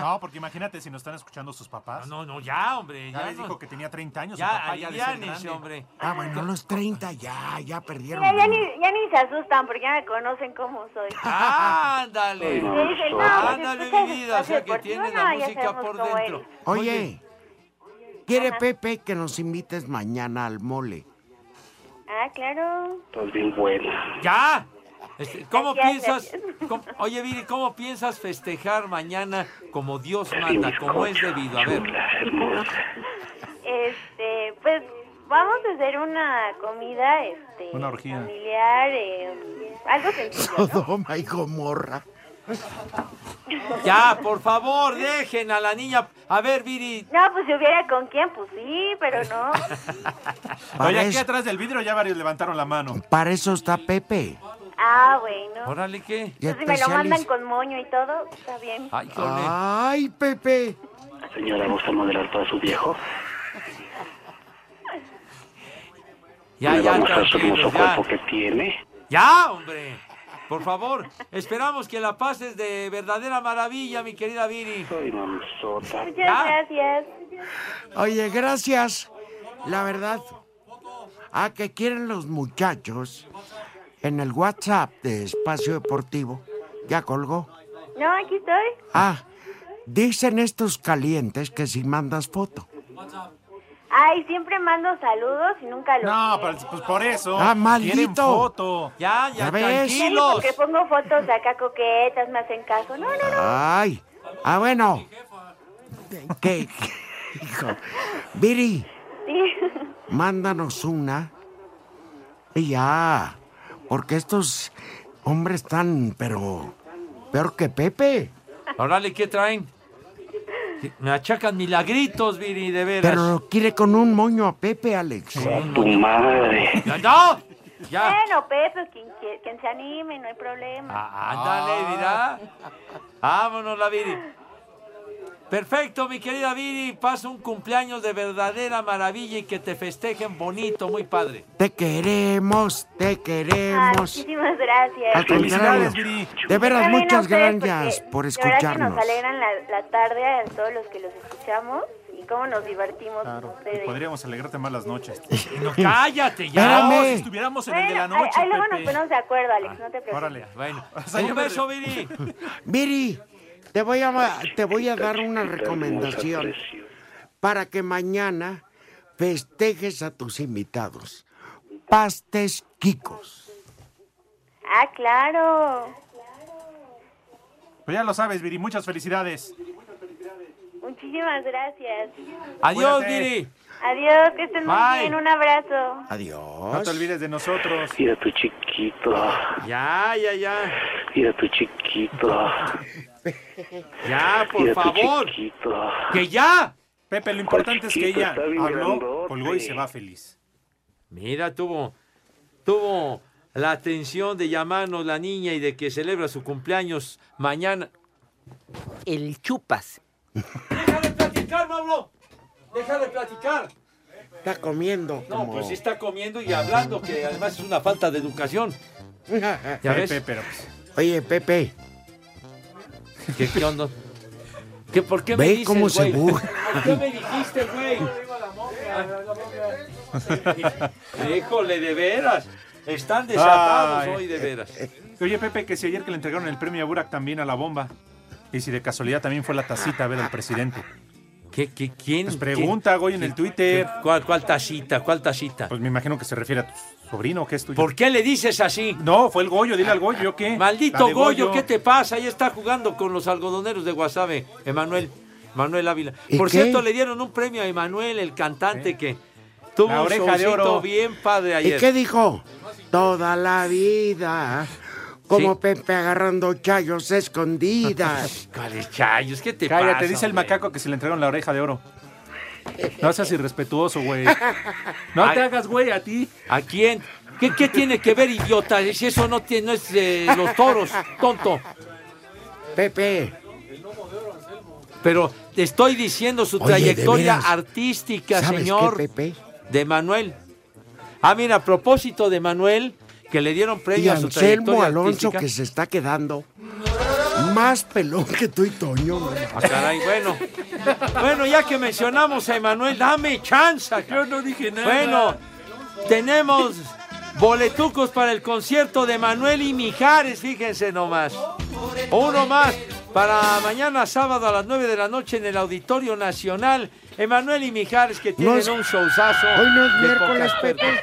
Speaker 3: No, porque imagínate si nos están escuchando sus papás.
Speaker 4: No, no, ya, hombre.
Speaker 3: Ya,
Speaker 4: Ya,
Speaker 3: les
Speaker 4: no-
Speaker 3: dijo que tenía 30 años.
Speaker 4: ya,
Speaker 3: su papá
Speaker 4: ya,
Speaker 3: de
Speaker 4: ya,
Speaker 3: ser
Speaker 4: ni ese
Speaker 3: grande.
Speaker 4: hombre.
Speaker 5: Ah, bueno, los 30 ya, ya perdieron.
Speaker 14: Mira, ya ni, ya ni se asustan porque ya me conocen cómo soy.
Speaker 4: Ándale.
Speaker 14: Y le dije, no, pues
Speaker 4: Ándale,
Speaker 14: escuchas
Speaker 4: mi vida. O sea, que
Speaker 14: Espacio Deportivo,
Speaker 4: tienes la
Speaker 14: no, ya
Speaker 4: música
Speaker 14: sabemos
Speaker 4: por
Speaker 14: cómo
Speaker 4: dentro.
Speaker 14: eres.
Speaker 5: Oye, ¿quiere Pepe que nos invites mañana al mole?
Speaker 14: Ah, claro.
Speaker 4: ¡Ya! Este,
Speaker 14: *laughs*
Speaker 4: ¿Cómo
Speaker 14: Gracias,
Speaker 4: piensas? cómo- oye, Viri, ¿cómo piensas festejar mañana como Dios manda, como es debido? A ver.
Speaker 14: Este, pues vamos a hacer una comida este,
Speaker 3: Una orgía.
Speaker 14: familiar, eh, algo sencillo, *laughs* ¿no?
Speaker 5: Sodoma y Gomorra.
Speaker 4: Ya, por favor, dejen a la niña. A ver, Viri.
Speaker 14: No, pues si hubiera con quién, pues sí, pero
Speaker 4: *laughs*
Speaker 14: no.
Speaker 3: Oye,
Speaker 5: Para,
Speaker 3: aquí
Speaker 5: es-
Speaker 3: atrás del vidrio ya varios levantaron la mano.
Speaker 5: para eso está Pepe.
Speaker 14: Ah, bueno.
Speaker 4: Órale, ¿qué?
Speaker 5: Y
Speaker 14: Pues si me lo mandan
Speaker 5: especialis-
Speaker 14: con moño y todo, está bien.
Speaker 4: Ay, jole.
Speaker 5: Ay, Pepe.
Speaker 15: Señora, ¿gusta moderar para su viejo?
Speaker 4: Ya,
Speaker 15: Le
Speaker 4: ya,
Speaker 15: vamos a su
Speaker 4: tranquilo,
Speaker 15: hermoso
Speaker 4: ya.
Speaker 15: cuerpo que tiene.
Speaker 4: Ya, hombre. Por favor, esperamos que la pases de verdadera maravilla, mi querida Viri.
Speaker 15: Soy mamzota.
Speaker 14: Muchas
Speaker 4: Ah.
Speaker 14: gracias.
Speaker 5: Oye, gracias. La verdad, a que quieren los muchachos en el WhatsApp de Espacio Deportivo. Ya colgó.
Speaker 14: No, aquí estoy.
Speaker 5: Ah, dicen estos calientes que si mandas foto.
Speaker 14: Ay, siempre mando saludos y nunca los
Speaker 3: No,
Speaker 14: veo.
Speaker 3: pues, pues por eso.
Speaker 5: Ah, maldito.
Speaker 3: Quieren foto.
Speaker 4: Ya, ya,
Speaker 5: ¿Ya ves?
Speaker 14: Ya ni
Speaker 4: tranquilos.
Speaker 14: porque pongo fotos acá coquetas, me hacen caso. No, no, no.
Speaker 5: Ay, ah, bueno. ¿Qué? Hijo. Viri,
Speaker 14: Sí.
Speaker 5: mándanos una. Y ya, porque estos hombres están, pero peor que Pepe.
Speaker 4: Órale, ¿qué traen? Me achacan milagritos, Viri, de veras.
Speaker 5: Pero quiere con un moño a Pepe, Alex.
Speaker 15: Tu madre.
Speaker 4: ¡Ya, no! ¡Ya!
Speaker 14: Bueno, Pepe, quien, quie- quien se anime, no hay problema.
Speaker 4: Ah, Ándale, dirá. Vámonos, la Viri. Perfecto, mi querida Viri. Pasa un cumpleaños de verdadera maravilla y que te festejen bonito, muy padre.
Speaker 5: Te queremos, te
Speaker 14: Ah,
Speaker 5: queremos.
Speaker 14: muchísimas gracias.
Speaker 5: Al contrario,
Speaker 3: Felicidades, Viri.
Speaker 5: de veras,
Speaker 14: También a
Speaker 5: muchas
Speaker 14: ustedes,
Speaker 5: gracias
Speaker 14: porque
Speaker 5: por
Speaker 14: de verdad que
Speaker 5: escucharnos.
Speaker 14: nos alegran la, la tarde a todos los que los escuchamos. Y cómo nos divertimos con
Speaker 3: Claro.
Speaker 14: ustedes.
Speaker 3: Podríamos alegrarte más
Speaker 4: *laughs*
Speaker 3: las noches.
Speaker 4: No, cállate, ya.
Speaker 3: No,
Speaker 4: Espérame.
Speaker 3: si estuviéramos en el de la
Speaker 14: Bueno, ahí-
Speaker 3: noche.
Speaker 14: ahí, luego nos
Speaker 3: Pepe. Ah,
Speaker 14: ponemos de acuerdo, Alex, no te preocupes.
Speaker 3: Órale.
Speaker 4: Bueno.
Speaker 3: ya
Speaker 4: Un
Speaker 3: me-
Speaker 4: beso, Viri.
Speaker 5: Miri, te voy a, ma- te voy a dar una recomendación para que mañana festejes a tus invitados. Pastes Kikos.
Speaker 14: Ah, claro.
Speaker 3: Pues ya lo sabes, Viri. Muchas felicidades.
Speaker 14: Muchísimas gracias.
Speaker 3: Adiós,
Speaker 14: Cuídate.
Speaker 3: Viri.
Speaker 14: Adiós, que estén muy
Speaker 3: Bye.
Speaker 14: bien. Un abrazo.
Speaker 5: Adiós.
Speaker 3: No te olvides de nosotros.
Speaker 15: Mira tu chiquito.
Speaker 4: Ya, ya, ya.
Speaker 15: Mira tu chiquito.
Speaker 4: *laughs* Ya, por
Speaker 15: Mira tu
Speaker 4: favor.
Speaker 15: chiquito.
Speaker 4: Que ya.
Speaker 3: Pepe, lo importante es que
Speaker 15: Chiquito,
Speaker 3: ella
Speaker 15: está bien
Speaker 3: habló,
Speaker 15: grandote.
Speaker 3: colgó y se va feliz.
Speaker 4: Mira, tuvo, tuvo la atención de llamarnos la niña y de que celebra su cumpleaños mañana.
Speaker 16: El chupas.
Speaker 4: ¡Deja de platicar, Pablo! ¡Deja de platicar!
Speaker 5: Está comiendo.
Speaker 4: No, pues sí está comiendo y hablando, que además es una falta de educación.
Speaker 5: Ya
Speaker 4: ves?
Speaker 5: Oye, Pepe.
Speaker 4: ¿Qué, qué onda? ¿Qué, ¿Por qué me
Speaker 5: Ve
Speaker 4: dices,
Speaker 5: cómo se
Speaker 4: güey?
Speaker 5: burla.
Speaker 4: *laughs* ¿Por qué me dijiste,
Speaker 15: *laughs*
Speaker 4: güey? Híjole, de veras. Están desatados
Speaker 3: Ay.
Speaker 4: hoy, de veras.
Speaker 3: *laughs* Oye, Pepe, que si ayer que le entregaron el premio a Burak también a la bomba. Y si de casualidad también fue la tacita a ver al presidente.
Speaker 4: ¿Qué, qué, quién?
Speaker 3: Pues pregunta, Goy, en el Twitter.
Speaker 4: ¿Cuál, ¿Cuál tacita? ¿Cuál tacita?
Speaker 3: Pues me imagino que se refiere a tu sobrino, que es tuyo.
Speaker 4: ¿Por qué le dices así?
Speaker 3: No, fue el Goyo, dile al Goyo, ¿yo qué?
Speaker 4: Maldito
Speaker 3: La de
Speaker 4: Goyo, ¿qué te pasa? Ahí está jugando con los algodoneros de Guasave, Emanuel, Manuel Ávila.
Speaker 3: ¿Y
Speaker 4: Por
Speaker 3: qué?
Speaker 4: cierto, le dieron un premio a Emanuel, el cantante que tuvo
Speaker 3: La
Speaker 4: un
Speaker 3: oreja de
Speaker 4: showcito
Speaker 3: oro.
Speaker 4: bien padre ayer.
Speaker 5: ¿Y qué dijo? Toda la vida. Como Pepe agarrando chayos escondidas.
Speaker 4: ¿Cuáles chayos? ¿Qué te
Speaker 3: Cállate,
Speaker 4: pasa,
Speaker 3: dice el macaco que se le entregaron la oreja de oro. No seas irrespetuoso, güey.
Speaker 4: *laughs*
Speaker 3: No te hagas, güey, a ti.
Speaker 4: ¿A quién? ¿Qué, qué tiene que ver, idiota? Si eso no, tiene, no es eh, los toros, tonto.
Speaker 5: Pepe.
Speaker 4: Pero te estoy diciendo su
Speaker 5: Oye, de
Speaker 4: trayectoria
Speaker 5: veras,
Speaker 4: artística,
Speaker 5: ¿sabes qué,
Speaker 4: señor.
Speaker 5: Pepe?
Speaker 4: De Manuel. Ah, mira, a propósito de Manuel, que le dieron
Speaker 5: Y
Speaker 4: premio a su
Speaker 5: Anselmo
Speaker 4: trayectoria
Speaker 5: Alonso
Speaker 4: artística.
Speaker 5: que se está quedando. Más pelón que tú y Toño. ¿no?
Speaker 4: Ah, caray, bueno. Bueno, ya que mencionamos a Emanuel, dame chanza. Yo no dije nada. Bueno, tenemos boletucos para el concierto de Manuel y Mijares, fíjense nomás. Uno más para mañana sábado a las 9 de la noche en el Auditorio Nacional. Emanuel y Mijares que tienen
Speaker 5: es-
Speaker 4: un showzazo.
Speaker 5: Hoy no es
Speaker 4: de
Speaker 5: miércoles,
Speaker 4: pocas
Speaker 5: Pepe.
Speaker 4: perlas.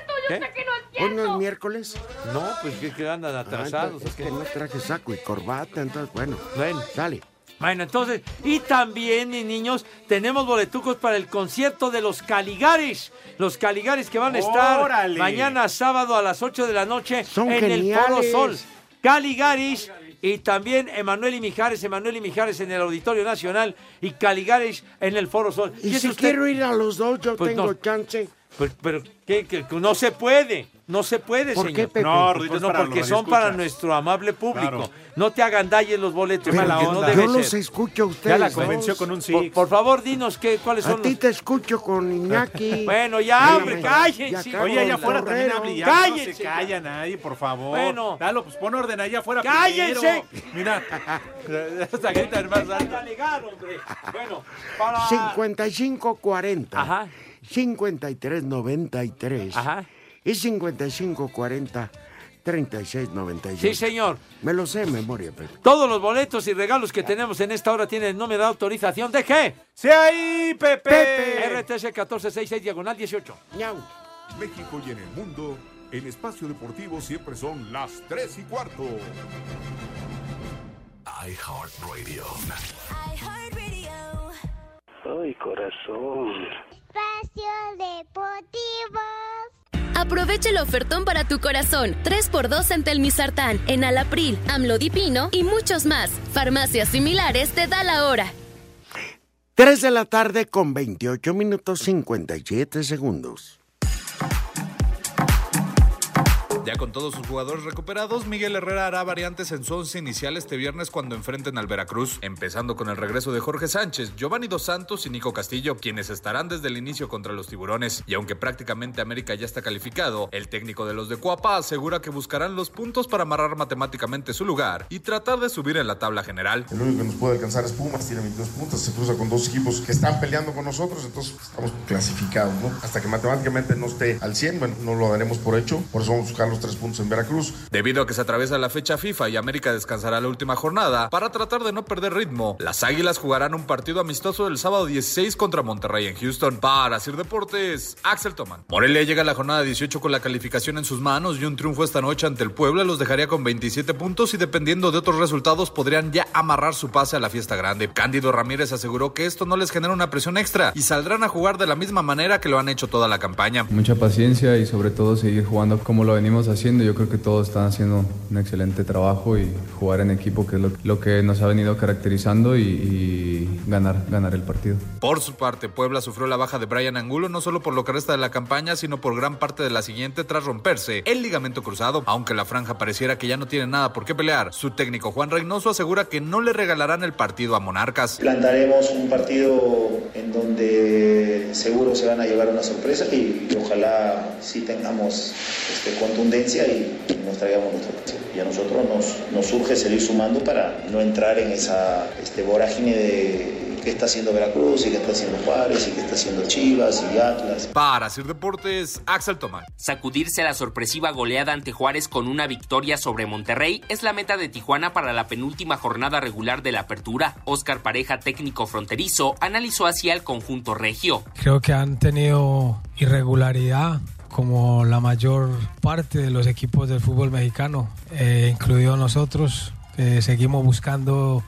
Speaker 4: ¿Qué?
Speaker 5: Hoy no es miércoles.
Speaker 4: No, pues que, que andan atrasados.
Speaker 5: Ah, entonces,
Speaker 4: ¿o qué?
Speaker 5: es que no traje saco y corbata, entonces bueno.
Speaker 4: Bueno.
Speaker 5: Dale.
Speaker 4: Bueno, entonces, y también, mis niños, tenemos boletucos para el concierto de los Caligares. Los Caligares que van a estar
Speaker 3: ¡Órale!
Speaker 4: mañana sábado a las 8 de la noche
Speaker 5: Son
Speaker 4: en el Foro
Speaker 5: geniales.
Speaker 4: Sol. Caligaris y también Emanuel y Mijares, Emanuel y Mijares en el Auditorio Nacional y Caligaris en el Foro Sol.
Speaker 5: Y
Speaker 4: es
Speaker 5: si
Speaker 4: usted-
Speaker 5: quiero ir a los dos, yo
Speaker 4: Pues
Speaker 5: tengo
Speaker 4: no.
Speaker 5: chance.
Speaker 4: Pues, pero ¿qué, qué? no se puede, no se puede,
Speaker 5: ¿Por
Speaker 4: señor.
Speaker 5: qué, Pepe? No,
Speaker 4: Pues
Speaker 5: Rudito, es
Speaker 4: no,
Speaker 5: para
Speaker 4: porque
Speaker 5: los
Speaker 4: son para
Speaker 5: radioescuchas.
Speaker 4: nuestro amable público.
Speaker 5: Claro.
Speaker 4: No te hagan dalles los boletos.
Speaker 5: Pero
Speaker 4: porque
Speaker 5: yo-
Speaker 4: no debe
Speaker 5: yo los
Speaker 4: ser.
Speaker 5: escucho a ustedes.
Speaker 4: Ya la
Speaker 5: dos.
Speaker 4: convenció con un sí. Por, por favor, dinos qué, cuáles
Speaker 5: A
Speaker 4: son
Speaker 5: ti
Speaker 4: los...
Speaker 5: te escucho con Iñaki.
Speaker 4: *laughs* Bueno, ya, hombre,
Speaker 5: Dígame.
Speaker 4: cállense.
Speaker 5: Ya acabo
Speaker 3: Oye, allá
Speaker 5: de
Speaker 3: afuera
Speaker 5: correr.
Speaker 3: también hable ya.
Speaker 4: Cállense,
Speaker 3: No se calla nadie, por favor.
Speaker 4: Bueno.
Speaker 3: Dalo, pues pon orden allá afuera
Speaker 4: ¡Cállense!
Speaker 3: primero. Mira. *laughs* Hasta gritan más alto.
Speaker 4: alegar, hombre. Bueno, para...
Speaker 5: 5540.
Speaker 4: Ajá.
Speaker 5: 5393.
Speaker 4: Ajá.
Speaker 5: Y 5540. 3692.
Speaker 4: Sí, señor.
Speaker 5: Me lo sé de memoria, Pepe.
Speaker 4: Todos los boletos y regalos que tenemos en esta hora tienen número de autorización de qué?
Speaker 3: ¡Sí, ahí, Pepe!
Speaker 4: RTC 1466, diagonal 18.
Speaker 17: México y en el mundo, en espacio deportivo siempre son las 3 y cuarto.
Speaker 2: iHeartRadio.
Speaker 15: Ay, corazón.
Speaker 18: Aprovecha el ofertón para tu corazón. 3x2 en Telmisartán, en Alapril, Amlodipino y muchos más. Farmacias similares te da la hora.
Speaker 5: 3 de la tarde con 28 minutos 57 segundos.
Speaker 19: Ya con todos sus jugadores recuperados, Miguel Herrera hará variantes en su once inicial este viernes cuando enfrenten al Veracruz, empezando con el regreso de Jorge Sánchez, Giovanni Dos Santos y Nico Castillo, quienes estarán desde el inicio contra los tiburones. Y aunque prácticamente América ya está calificado, el técnico de los de Cuapa asegura que buscarán los puntos para amarrar matemáticamente su lugar y tratar de subir en la tabla general.
Speaker 20: El único que nos puede alcanzar es Pumas, tiene 22 puntos, se cruza con dos equipos que están peleando con nosotros, entonces estamos clasificados, ¿no? Hasta que matemáticamente no esté al 100, bueno, no lo daremos por hecho, por eso vamos a buscar los tres puntos en Veracruz.
Speaker 19: Debido a que se atraviesa la fecha FIFA y América descansará la última jornada, para tratar de no perder ritmo, las Águilas jugarán un partido amistoso el sábado 16 contra Monterrey en Houston. Para Sir Deportes, Axel Toman. Morelia llega a la jornada 18 con la calificación en sus manos y un triunfo esta noche ante el Puebla los dejaría con 27 puntos y dependiendo de otros resultados podrían ya amarrar su pase a la fiesta grande. Cándido Ramírez aseguró que esto no les genera una presión extra y saldrán a jugar de la misma manera que lo han hecho toda la campaña.
Speaker 21: Mucha paciencia y sobre todo seguir jugando como lo venimos haciendo. Yo creo que todos están haciendo un excelente trabajo y jugar en equipo que es lo, lo que nos ha venido caracterizando y, y ganar, ganar el partido.
Speaker 19: Por su parte, Puebla sufrió la baja de Brian Angulo no solo por lo que resta de la campaña, sino por gran parte de la siguiente tras romperse el ligamento cruzado. Aunque la franja pareciera que ya no tiene nada por qué pelear, su técnico Juan Reynoso asegura que no le regalarán el partido a Monarcas.
Speaker 22: Plantaremos un partido en donde seguro se van a llevar una sorpresa y, y ojalá sí tengamos este, contundencia y, y nos traigamos nuestro partido. Y a nosotros nos, nos urge seguir sumando para no entrar en esa este, vorágine de que está haciendo Veracruz y que está haciendo Juárez y que está haciendo Chivas y Atlas.
Speaker 19: Para hacer deportes, Axel Tomán.
Speaker 23: Sacudirse la sorpresiva goleada ante Juárez con una victoria sobre Monterrey es la meta de Tijuana para la penúltima jornada regular de la apertura. Oscar Pareja, técnico fronterizo, analizó hacia el conjunto regio.
Speaker 24: Creo que han tenido irregularidad como la mayor parte de los equipos del fútbol mexicano, eh, incluido nosotros, que eh, seguimos buscando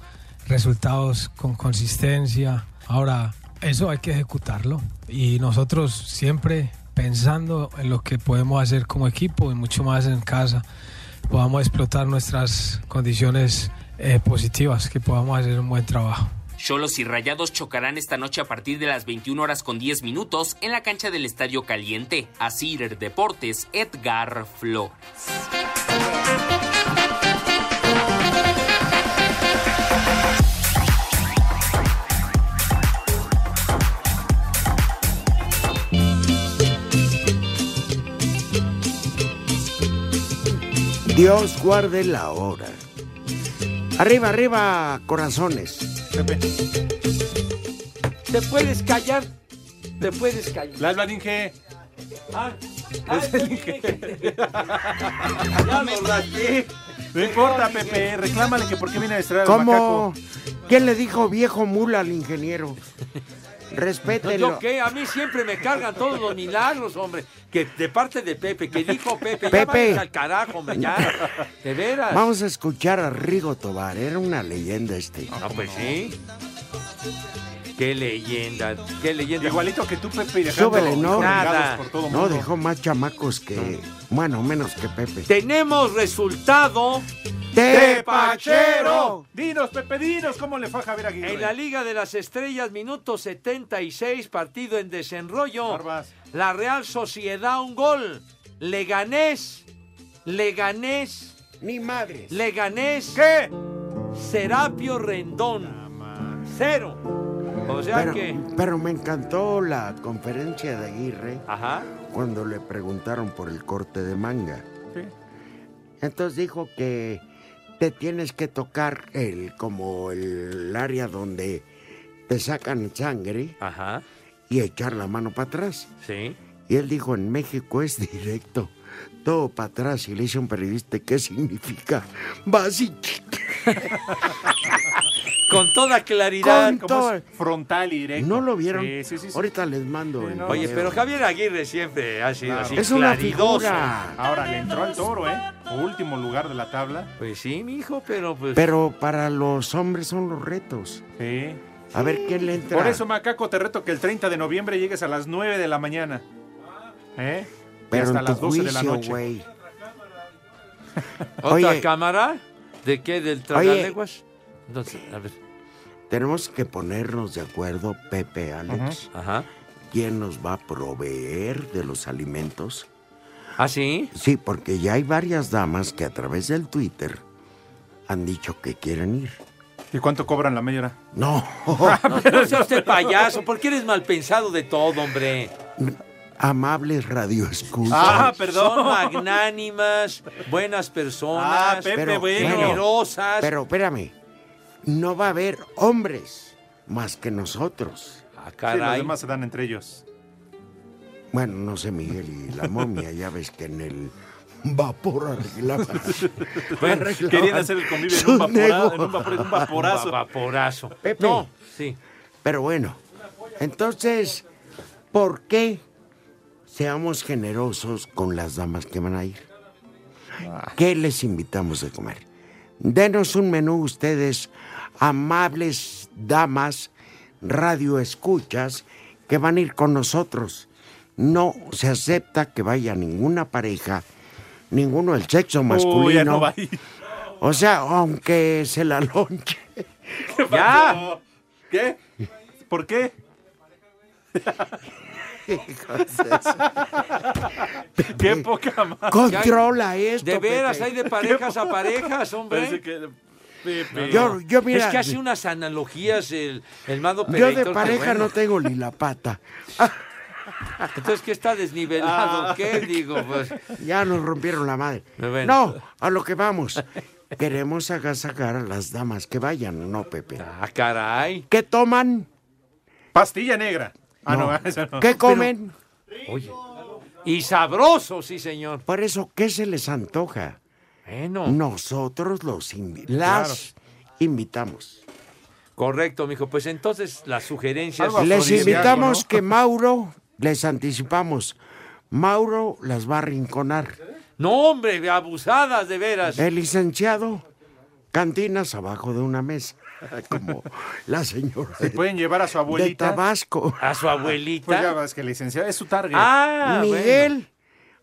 Speaker 24: resultados con consistencia. Ahora, eso hay que ejecutarlo y nosotros siempre pensando en lo que podemos hacer como equipo y mucho más en casa, podamos explotar nuestras condiciones eh, positivas, que podamos hacer un buen trabajo.
Speaker 23: Cholos y Rayados chocarán esta noche a partir de las 21 horas con 10 minutos en la cancha del Estadio Caliente. Asir Deportes, Edgar Flores.
Speaker 5: Dios guarde la hora. Arriba, arriba, corazones.
Speaker 4: Te puedes callar. Te puedes callar.
Speaker 3: La Alba Inge.
Speaker 4: Ah, es el Inge. *laughs* ya lo raté.
Speaker 3: No importa, Pepe. Reclámale que por qué viene a distraer al
Speaker 5: ¿Cómo?
Speaker 3: macaco.
Speaker 5: ¿Qué le dijo viejo mula al ingeniero? Respételo.
Speaker 4: ¿Yo qué? A mí siempre me cargan todos los milagros, hombre. Que de parte de Pepe, que dijo Pepe,
Speaker 5: Pepe.
Speaker 4: ya váyanse al carajo, hombre, ya. De veras.
Speaker 5: Vamos a escuchar a Rigo Tobar. Era una leyenda este.
Speaker 4: No, pues sí. Qué leyenda, qué leyenda.
Speaker 3: Igualito que tú, Pepe, y dejando
Speaker 5: Súbele, ¿no?
Speaker 4: Nada.
Speaker 3: por todo
Speaker 5: No,
Speaker 3: mundo.
Speaker 5: dejó más chamacos que. Bueno, menos que Pepe.
Speaker 4: Tenemos resultado
Speaker 3: ¡Tepachero! Dinos, Pepe, dinos cómo le fue a Javier Aguirre.
Speaker 4: en la Liga de las Estrellas, minuto 76, partido en desenrollo.
Speaker 3: Barbas.
Speaker 4: La Real Sociedad, un gol. Leganés, Leganés,
Speaker 5: Ni madre.
Speaker 4: Leganés.
Speaker 3: ¿Qué?
Speaker 4: Serapio Rendón. Cero. O sea
Speaker 5: Pero,
Speaker 4: que.
Speaker 5: pero me encantó la conferencia de Aguirre
Speaker 4: Ajá.
Speaker 3: ¿Ah?
Speaker 5: cuando le preguntaron por el corte de manga. Entonces dijo que te tienes que tocar el como el área donde te sacan sangre
Speaker 3: Ah.
Speaker 4: Ajá.
Speaker 5: y echar la mano para atrás.
Speaker 4: Sí.
Speaker 5: Y él dijo, en México es directo, todo para atrás. Y le hizo un periodista, ¿qué significa? Vas y
Speaker 4: Con toda claridad.
Speaker 5: Con
Speaker 4: como
Speaker 5: todo.
Speaker 4: es-
Speaker 3: Frontal y directo.
Speaker 5: ¿No lo vieron?
Speaker 3: Eh, Sí, sí, sí, sí.
Speaker 5: Ahorita les mando. el
Speaker 4: Oye,
Speaker 5: video.
Speaker 4: pero Javier Aguirre siempre ha sido así.
Speaker 5: Es una
Speaker 4: claridoso.
Speaker 5: figura.
Speaker 3: Ahora le entró al toro, ¿eh? Último lugar de la tabla.
Speaker 4: Pues sí, mijo, pero pues.
Speaker 5: Pero para los hombres son los retos.
Speaker 3: Sí.
Speaker 5: A ver quién le entra.
Speaker 3: Por eso, Macaco, te reto que el 30 de noviembre llegues a las 9 de la mañana. ¿Eh? Y
Speaker 5: Pero
Speaker 3: hasta
Speaker 5: en
Speaker 3: las
Speaker 5: tu
Speaker 3: 12 de la
Speaker 5: juicio,
Speaker 3: noche.
Speaker 5: güey.
Speaker 4: *laughs* ¿Otra
Speaker 5: Oye.
Speaker 4: cámara? ¿De qué? ¿Del tragalenguas? Entonces, a ver.
Speaker 5: Tenemos que ponernos de acuerdo, Pepe, Alex.
Speaker 4: Ajá.
Speaker 5: ¿Quién nos va a proveer de los alimentos?
Speaker 4: ¿Ah, sí?
Speaker 5: Sí, porque ya hay varias damas que a través del Twitter han dicho que quieren ir.
Speaker 3: ¿Y cuánto cobran la
Speaker 4: *laughs*
Speaker 3: media hora?
Speaker 5: No.
Speaker 3: Ah,
Speaker 4: No sea usted payaso, ¿por qué eres mal pensado de todo, hombre? Ah,
Speaker 5: Amables radio escuchas.
Speaker 3: Ah,
Speaker 4: Son- Son magnánimas, buenas personas,
Speaker 5: Ah,
Speaker 4: pero-
Speaker 5: pero,
Speaker 4: generosas.
Speaker 5: pero espérame, no va a haber hombres más que nosotros.
Speaker 4: Ah,
Speaker 3: Sí, los demás se dan entre ellos.
Speaker 5: Bueno, no sé, Miguel, y la momia, ya ves que en el vapor arreglaban.
Speaker 3: Bueno,
Speaker 5: *laughs* arreglaban
Speaker 3: querían hacer el convivio en un,
Speaker 5: sus
Speaker 3: vaporado, en
Speaker 5: negocios.
Speaker 3: un, vapor- en un vaporazo.
Speaker 4: vaporazo.
Speaker 5: Pepe.
Speaker 4: No, sí.
Speaker 5: Pero bueno, entonces, ¿por qué seamos generosos con las damas que van a ir? ¿Qué les invitamos a comer? Denos un menú ustedes, amables damas, radio escuchas, que van a ir con nosotros. No se acepta que vaya ninguna pareja, ninguno del sexo masculino.
Speaker 3: Uy, ya no
Speaker 4: *laughs*
Speaker 3: va a ir.
Speaker 5: O sea, aunque se la lonche.
Speaker 3: ¡Ya! ¿Qué? ¿Por
Speaker 5: *laughs*
Speaker 3: qué? ¡Qué poca madre!
Speaker 5: Controla esto.
Speaker 4: De veras,
Speaker 5: Pepe.
Speaker 4: hay de parejas
Speaker 5: *laughs*
Speaker 4: a parejas, hombre.
Speaker 3: Parece que- Pepe.
Speaker 5: Yo- yo, mira-
Speaker 4: es que hace unas analogías el, el mando
Speaker 5: Yo de pareja no tengo ni la pata.
Speaker 4: Entonces, ¿qué está desnivelado?
Speaker 3: Ah.
Speaker 4: ¿Qué digo? Pues,
Speaker 5: Ya nos rompieron la madre.
Speaker 4: Bueno.
Speaker 5: No, a lo que vamos. Queremos agasajar a las damas que vayan, ¿no, Pepe?
Speaker 4: ah, caray.
Speaker 5: ¿Qué toman?
Speaker 3: Pastilla negra. Ah, no,
Speaker 5: No.
Speaker 3: *laughs* esa no.
Speaker 5: ¿Qué comen?
Speaker 4: Oye. Y sabroso, sí, señor.
Speaker 5: Por eso, ¿qué se les antoja?
Speaker 4: Bueno.
Speaker 5: Nosotros los invi- las invitamos.
Speaker 4: Correcto, mijo. Pues entonces las sugerencias.
Speaker 5: Les invitamos
Speaker 4: que
Speaker 5: que Mauro, les anticipamos, Mauro las va a rinconar.
Speaker 4: No, hombre, abusadas de veras.
Speaker 5: El licenciado, cantinas abajo de una mesa, *laughs* como la señora
Speaker 3: ¿Se pueden llevar a su
Speaker 5: de
Speaker 3: abuelita?
Speaker 5: Tabasco.
Speaker 4: A su abuelita.
Speaker 3: Pues ya ves que licenciada es su target.
Speaker 4: Ah,
Speaker 5: Miguel,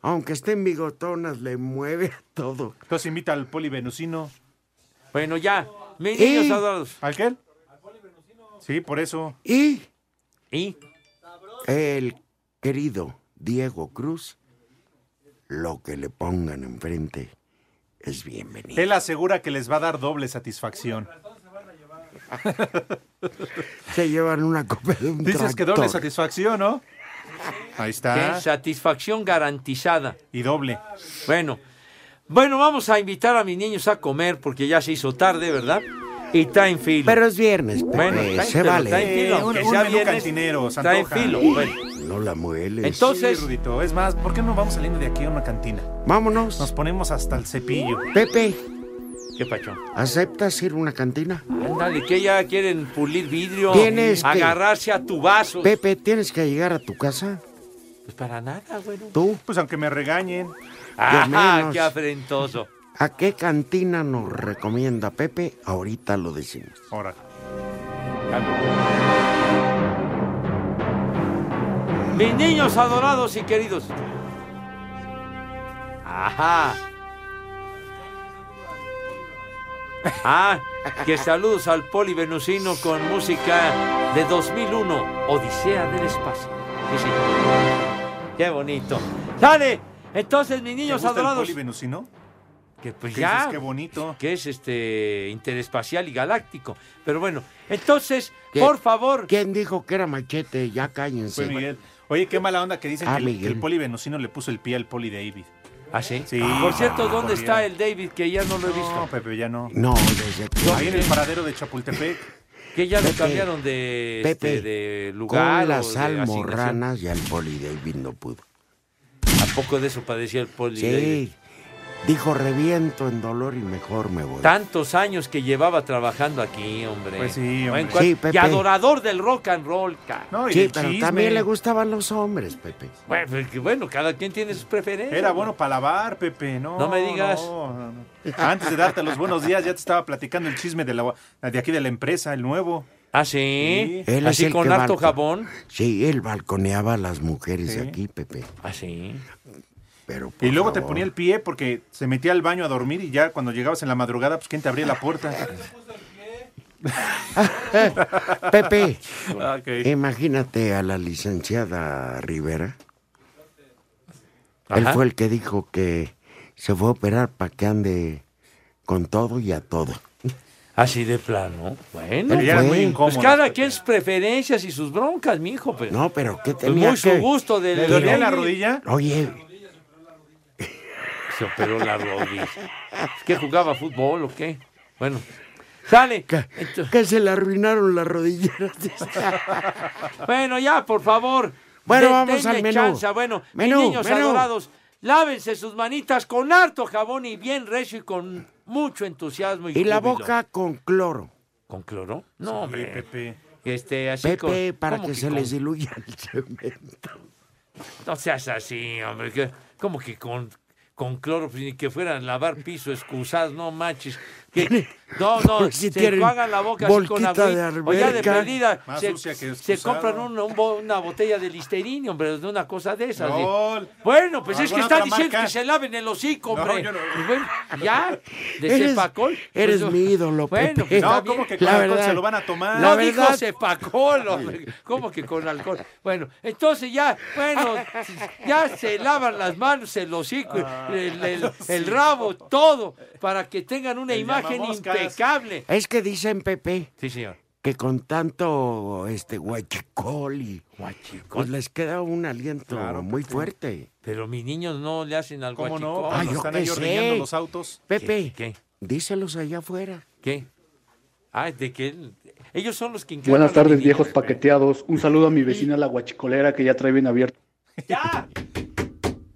Speaker 5: aunque esté en bigotonas, le mueve *laughs* a todo.
Speaker 3: Entonces invita al polivenusino.
Speaker 4: Bueno, ya. Mis niños
Speaker 5: ¿Y?
Speaker 4: adorados.
Speaker 3: ¿Al qué? Sí, por eso.
Speaker 5: Y
Speaker 4: ¿Y?
Speaker 5: el querido Diego Cruz, lo que le pongan enfrente es bienvenido.
Speaker 3: Él asegura que les va a dar doble satisfacción.
Speaker 5: Se llevan una copa de un
Speaker 3: Dices que doble
Speaker 5: tractor.
Speaker 3: satisfacción, ¿no? Ahí está.
Speaker 4: ¿Qué? Satisfacción garantizada.
Speaker 3: Y doble.
Speaker 4: Bueno. Bueno, vamos a invitar a mis niños a comer porque ya se hizo tarde, ¿verdad? Y está en filo.
Speaker 5: Pero es viernes, Pepe,
Speaker 4: Bueno, está en-
Speaker 5: se
Speaker 4: pero
Speaker 5: vale.
Speaker 4: está en filo,
Speaker 3: Eh,
Speaker 4: aunque
Speaker 3: un- un
Speaker 4: sea
Speaker 3: menú
Speaker 4: viernes,
Speaker 3: cantinero, se
Speaker 4: Está en
Speaker 3: antoja.
Speaker 4: filo. Bueno,
Speaker 5: No la mueles.
Speaker 4: entonces,
Speaker 3: Sí, Rudito. Es más, ¿por qué no vamos saliendo de aquí a una cantina?
Speaker 5: Vámonos.
Speaker 3: Nos ponemos hasta el cepillo.
Speaker 5: Pepe,
Speaker 4: ¿qué pachón?
Speaker 5: ¿aceptas ir a una cantina?
Speaker 4: Ándale, que ya quieren pulir vidrio,
Speaker 5: Tienes que-
Speaker 4: agarrarse a tu vaso.
Speaker 5: Pepe, ¿tienes que llegar a tu casa?
Speaker 4: Pues para nada, bueno.
Speaker 5: ¿Tú?
Speaker 3: Pues aunque me regañen.
Speaker 4: Ah,
Speaker 5: menos.
Speaker 4: qué afrentoso.
Speaker 5: ¿A qué cantina nos recomienda Pepe? Ahorita lo decimos.
Speaker 3: Ahora.
Speaker 4: Mis niños adorados y queridos. Ajá. Ah, que saludos al Poli Venusino con música de 2001, Odisea del Espacio. Sí, sí. Qué bonito. ¡Dale! Entonces, mis
Speaker 3: ¿Te
Speaker 4: niños
Speaker 3: gusta el
Speaker 4: adorados.
Speaker 3: polivenusino?
Speaker 4: Que pues
Speaker 3: ¿Qué
Speaker 4: ya.
Speaker 3: dices? Qué bonito.
Speaker 4: que es este interespacial y galáctico. Pero bueno, entonces,
Speaker 5: ¿Qué?
Speaker 4: por favor,
Speaker 5: ¿Quién dijo que era machete? Ya
Speaker 3: Fue
Speaker 5: cállense.
Speaker 3: Miguel. Oye, qué mala onda que dicen
Speaker 5: Ah,
Speaker 3: que, el, que
Speaker 5: Miguel.
Speaker 3: el polivenusino le puso el pie al poli David.
Speaker 4: ¿Ah, sí?
Speaker 3: Sí. Ah,
Speaker 4: Por cierto, ¿dónde
Speaker 3: Por
Speaker 4: está
Speaker 3: Dios.
Speaker 4: el David? Que ya no lo he visto.
Speaker 3: No, Pepe, ya no.
Speaker 5: No, desde aquí.
Speaker 3: Ahí en el paradero de Chapultepec.
Speaker 4: Que ya lo
Speaker 5: Pepe,
Speaker 4: cambiaron de, este,
Speaker 5: Pepe,
Speaker 4: de lugar.
Speaker 5: Con las
Speaker 4: o de asignación.
Speaker 5: almorranas y al poli David no pudo.
Speaker 4: ¿A poco de eso padecía el poli David?
Speaker 5: Sí. Dijo reviento en dolor y mejor me voy.
Speaker 4: Tantos años que llevaba trabajando aquí, hombre.
Speaker 3: Pues sí,
Speaker 4: Bueno,
Speaker 3: hombre.
Speaker 4: ¿cuál-
Speaker 5: Sí,
Speaker 4: y
Speaker 5: Pepe.
Speaker 4: adorador del rock and roll, cara.
Speaker 3: No, y
Speaker 5: Sí,
Speaker 3: del
Speaker 5: pero
Speaker 3: chisme.
Speaker 5: también le gustaban los hombres, Pepe.
Speaker 4: Bueno, pues, que bueno, cada quien tiene sus preferencias.
Speaker 3: Era bueno para lavar, Pepe, no.
Speaker 4: No me digas.
Speaker 3: no, no, no. Antes de darte los buenos días, ya te estaba platicando el chisme de, la, de aquí de la empresa, el nuevo.
Speaker 4: Ah, sí.
Speaker 5: Él es
Speaker 4: Así
Speaker 5: el
Speaker 4: con
Speaker 5: que
Speaker 4: harto
Speaker 5: marca.
Speaker 4: jabón.
Speaker 5: Sí, él balconeaba a las mujeres
Speaker 3: Sí.
Speaker 5: de aquí, Pepe.
Speaker 4: Ah, sí.
Speaker 5: Pero por
Speaker 3: Y luego te
Speaker 5: favor.
Speaker 3: ponía el pie porque se metía al baño a dormir y ya cuando llegabas en la madrugada, pues quién te abría la puerta.
Speaker 5: *laughs* Eh, Pepe, Em-
Speaker 3: Ok.
Speaker 4: Ah,
Speaker 5: imagínate a la licenciada Rivera Él
Speaker 3: Ajá.
Speaker 5: fue el que dijo que se fue a operar para que ande con todo y a todo.
Speaker 4: Así de plano. Bueno,
Speaker 5: Él fue.
Speaker 4: ¿eh? Pues cada quien sus preferencias y sus broncas, mijo. Pues,
Speaker 5: No, pero ¿qué
Speaker 4: Pues
Speaker 5: tenía
Speaker 4: muy su
Speaker 5: que-
Speaker 4: gusto. De,
Speaker 5: ¿Le dolía la
Speaker 3: rodilla?
Speaker 5: Oye,
Speaker 4: Se operó la rodilla. ¿Qué jugaba fútbol o qué? Bueno. Sale.
Speaker 5: *laughs* que se le arruinaron las rodilleras.
Speaker 4: *laughs* Bueno, ya, por favor.
Speaker 5: Bueno,
Speaker 4: Den-
Speaker 5: vamos
Speaker 4: denle
Speaker 5: al menú.
Speaker 4: chance. Bueno, mis
Speaker 5: Menú,
Speaker 4: niños
Speaker 5: menú.
Speaker 4: adorados, lávense sus manitas con harto jabón y bien recio y con mucho entusiasmo. Y,
Speaker 5: y la
Speaker 4: júbilo.
Speaker 5: boca con cloro.
Speaker 4: ¿Con cloro? No, hombre.
Speaker 3: Pepe.
Speaker 4: Este, así
Speaker 5: Pepe,
Speaker 4: con-
Speaker 5: para
Speaker 4: ¿cómo
Speaker 5: que se
Speaker 4: con-
Speaker 5: les diluya el cemento.
Speaker 4: No seas así, hombre. que- ¿Cómo que con, con cloro? Pues ni que fueran a lavar piso, excusas, no manches. Que- no, no,
Speaker 5: *laughs* Pues si
Speaker 4: se
Speaker 5: tienen
Speaker 4: enjuagan la boca así con
Speaker 5: bolquita de
Speaker 4: agüita. O ya de
Speaker 5: alberca.
Speaker 4: perdida.
Speaker 3: Más
Speaker 4: se,
Speaker 3: sucia que
Speaker 4: se
Speaker 3: excusado.
Speaker 4: compran un- un bo- una botella de listerine, hombre, de una cosa de esas. de-
Speaker 3: Gol.
Speaker 4: Bueno, pues
Speaker 3: ¿O
Speaker 4: es que
Speaker 3: alguna
Speaker 4: está
Speaker 3: otra
Speaker 4: diciendo
Speaker 3: marca?
Speaker 4: que se laven el hocico,
Speaker 3: No,
Speaker 4: hombre.
Speaker 3: yo no.
Speaker 4: Y bueno, ya, de
Speaker 5: Eres-
Speaker 4: Cepacol.
Speaker 5: eres
Speaker 4: Pues,
Speaker 5: mi ídolo,
Speaker 4: Bueno,
Speaker 5: Pepe.
Speaker 4: pues,
Speaker 5: No,
Speaker 4: está
Speaker 5: ¿cómo
Speaker 4: bien.
Speaker 5: que con La alcohol verdad. se lo van a tomar? La
Speaker 4: No dijo
Speaker 5: verdad.
Speaker 4: Cepacol, hombre. ¿Cómo que con alcohol? Bueno, entonces ya, bueno, ya se lavan las manos, el hocico,
Speaker 3: Ah.
Speaker 4: el, el- el rabo, todo, para que tengan una imagen
Speaker 3: llamamoscas.
Speaker 4: impecable.
Speaker 5: Es que dicen, Pepe,
Speaker 4: Sí, señor.
Speaker 5: que con tanto este guachicol y pues les queda un aliento muy fuerte.
Speaker 4: Pero mis niños no le hacen al
Speaker 3: ¿Cómo no?
Speaker 4: guachicol.
Speaker 3: Cuando
Speaker 5: yo
Speaker 3: están
Speaker 5: qué
Speaker 3: ahí
Speaker 5: sé.
Speaker 3: ordeñando los autos.
Speaker 5: Pepe,
Speaker 4: ¿Qué?
Speaker 5: díselos allá afuera.
Speaker 4: ¿Qué? Ah, de que él- ellos son los que encargan
Speaker 1: Buenas
Speaker 4: a
Speaker 1: tardes,
Speaker 4: mi-
Speaker 1: viejos paqueteados. Un saludo a mi vecina la guachicolera que ya trae bien abierto.
Speaker 4: ¡Ya!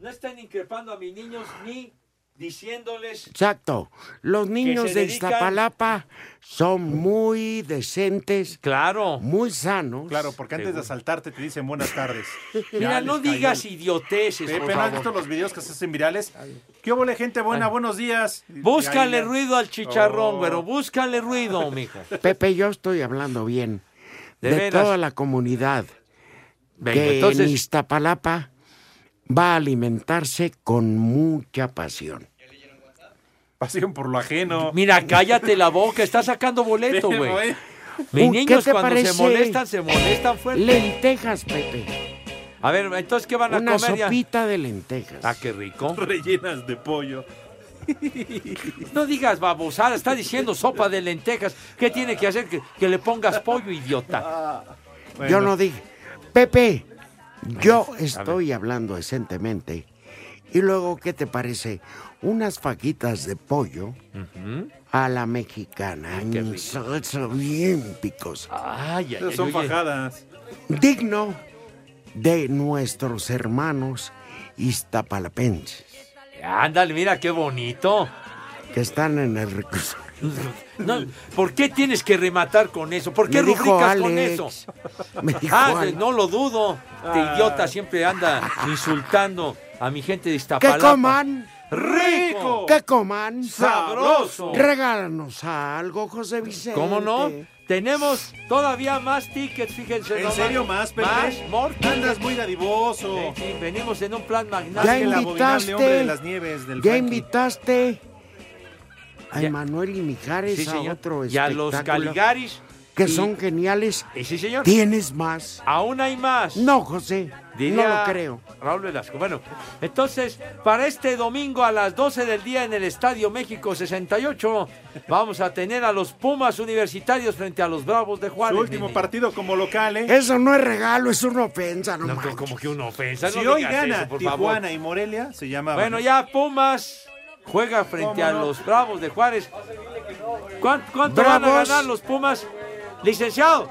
Speaker 4: No están increpando a mis niños ni diciéndoles
Speaker 5: Exacto. Los niños
Speaker 4: se
Speaker 5: de
Speaker 4: dedican-
Speaker 5: Iztapalapa son muy decentes.
Speaker 4: Claro.
Speaker 5: Muy sanos.
Speaker 3: Claro, porque antes de asaltarte te dicen buenas
Speaker 4: *laughs*
Speaker 3: tardes.
Speaker 4: Mira, no digas idioteces, por
Speaker 3: Pepe, ¿no has
Speaker 4: favor.
Speaker 3: visto los videos que se hacen virales? ¿Qué hubo, gente buena? Buenos días. Y- y
Speaker 4: Búscale
Speaker 3: ahí ya-
Speaker 4: ruido al chicharrón,
Speaker 3: Oh.
Speaker 4: güero. Búscale ruido,
Speaker 3: *laughs*
Speaker 4: mijo.
Speaker 5: Pepe, yo estoy hablando bien
Speaker 4: De
Speaker 5: de,
Speaker 4: veras.
Speaker 5: toda la comunidad
Speaker 4: Venga,
Speaker 5: que
Speaker 4: entonces-
Speaker 5: en Iztapalapa va a alimentarse con mucha pasión.
Speaker 3: Pasión por lo ajeno.
Speaker 4: Mira, cállate la boca. Está sacando boleto, güey. Mis
Speaker 5: Uh, ¿qué
Speaker 4: niños
Speaker 5: te
Speaker 4: cuando se
Speaker 5: parece? Eh,
Speaker 4: molestan, se molestan fuerte.
Speaker 5: Lentejas, Pepe.
Speaker 4: A ver, entonces, ¿qué van a
Speaker 5: Una
Speaker 4: comer ya?
Speaker 5: sopita de lentejas.
Speaker 4: Ah, qué rico.
Speaker 3: Rellenas de pollo.
Speaker 4: No digas babosada. Está diciendo sopa de lentejas. ¿Qué tiene que hacer? Que, que le pongas pollo, idiota.
Speaker 5: Yo no dije. Pepe, yo estoy hablando decentemente. Y luego, ¿qué te parece? Unas fajitas de pollo a la mexicana. en salsa bien picosa.
Speaker 4: Ay, ay, ay,
Speaker 3: Son
Speaker 4: oye.
Speaker 3: fajadas.
Speaker 5: Digno de nuestros hermanos iztapalapenses
Speaker 4: Ándale, mira qué bonito.
Speaker 5: que están en
Speaker 4: *laughs*
Speaker 5: el reclusorio.
Speaker 4: No, ¿Por qué tienes que rematar con eso? ¿Por qué
Speaker 5: Me dijo
Speaker 4: rubricas con
Speaker 5: Alex.
Speaker 4: eso?
Speaker 5: Me dijo
Speaker 4: Ah,
Speaker 5: Alex.
Speaker 4: no lo dudo. Este
Speaker 5: Ah.
Speaker 4: idiota siempre anda insultando a mi gente de
Speaker 5: ¡Que
Speaker 4: Iztapalapa.
Speaker 5: coman!
Speaker 4: ¡Rico!
Speaker 5: ¡Que coman!
Speaker 4: ¡Sabroso!
Speaker 5: Regálanos algo, José Vicente.
Speaker 4: ¿Cómo no? Tenemos todavía más tickets, fíjense.
Speaker 3: ¿En
Speaker 4: nomás.
Speaker 3: serio más, Pepe?
Speaker 4: Más, more
Speaker 3: Andas
Speaker 4: tickets.
Speaker 3: muy dadivoso.
Speaker 4: Sí, sí, venimos en un plan
Speaker 5: Ya
Speaker 3: el
Speaker 4: magnífico.
Speaker 3: abominable
Speaker 5: invitaste.
Speaker 3: hombre de las nieves del
Speaker 5: ya
Speaker 3: Frankie.
Speaker 5: invitaste a Emanuel y Mijares
Speaker 4: Sí,
Speaker 5: a
Speaker 4: señor.
Speaker 5: otro
Speaker 4: Y a los
Speaker 5: espectáculo
Speaker 4: Caligaris.
Speaker 5: Que
Speaker 4: y-
Speaker 5: son geniales.
Speaker 4: Eh, Sí, señor.
Speaker 5: Tienes más.
Speaker 4: Aún hay más.
Speaker 5: No, José.
Speaker 4: Diría
Speaker 5: No lo creo.
Speaker 4: Raúl Velasco. Bueno, entonces, para este domingo a las 12 del día en el Estadio México 68, vamos a tener a los Pumas Universitarios frente a los Bravos de Juárez.
Speaker 3: Su último
Speaker 4: nene.
Speaker 3: partido como local, ¿eh?
Speaker 5: Eso no es regalo, es una ofensa, no,
Speaker 4: No,
Speaker 5: manches.
Speaker 4: como que una ofensa.
Speaker 3: Si
Speaker 4: no
Speaker 3: hoy
Speaker 4: digas
Speaker 3: gana
Speaker 4: eso, por
Speaker 3: Tijuana
Speaker 4: favor.
Speaker 3: y Morelia, se llama.
Speaker 4: Bueno, ya Pumas juega frente
Speaker 3: ¿Cómo
Speaker 4: a
Speaker 3: no?
Speaker 4: los Bravos de Juárez. ¿Cuán- ¿Cuánto van a
Speaker 5: Bravos.
Speaker 4: ganar los Pumas? Licenciado,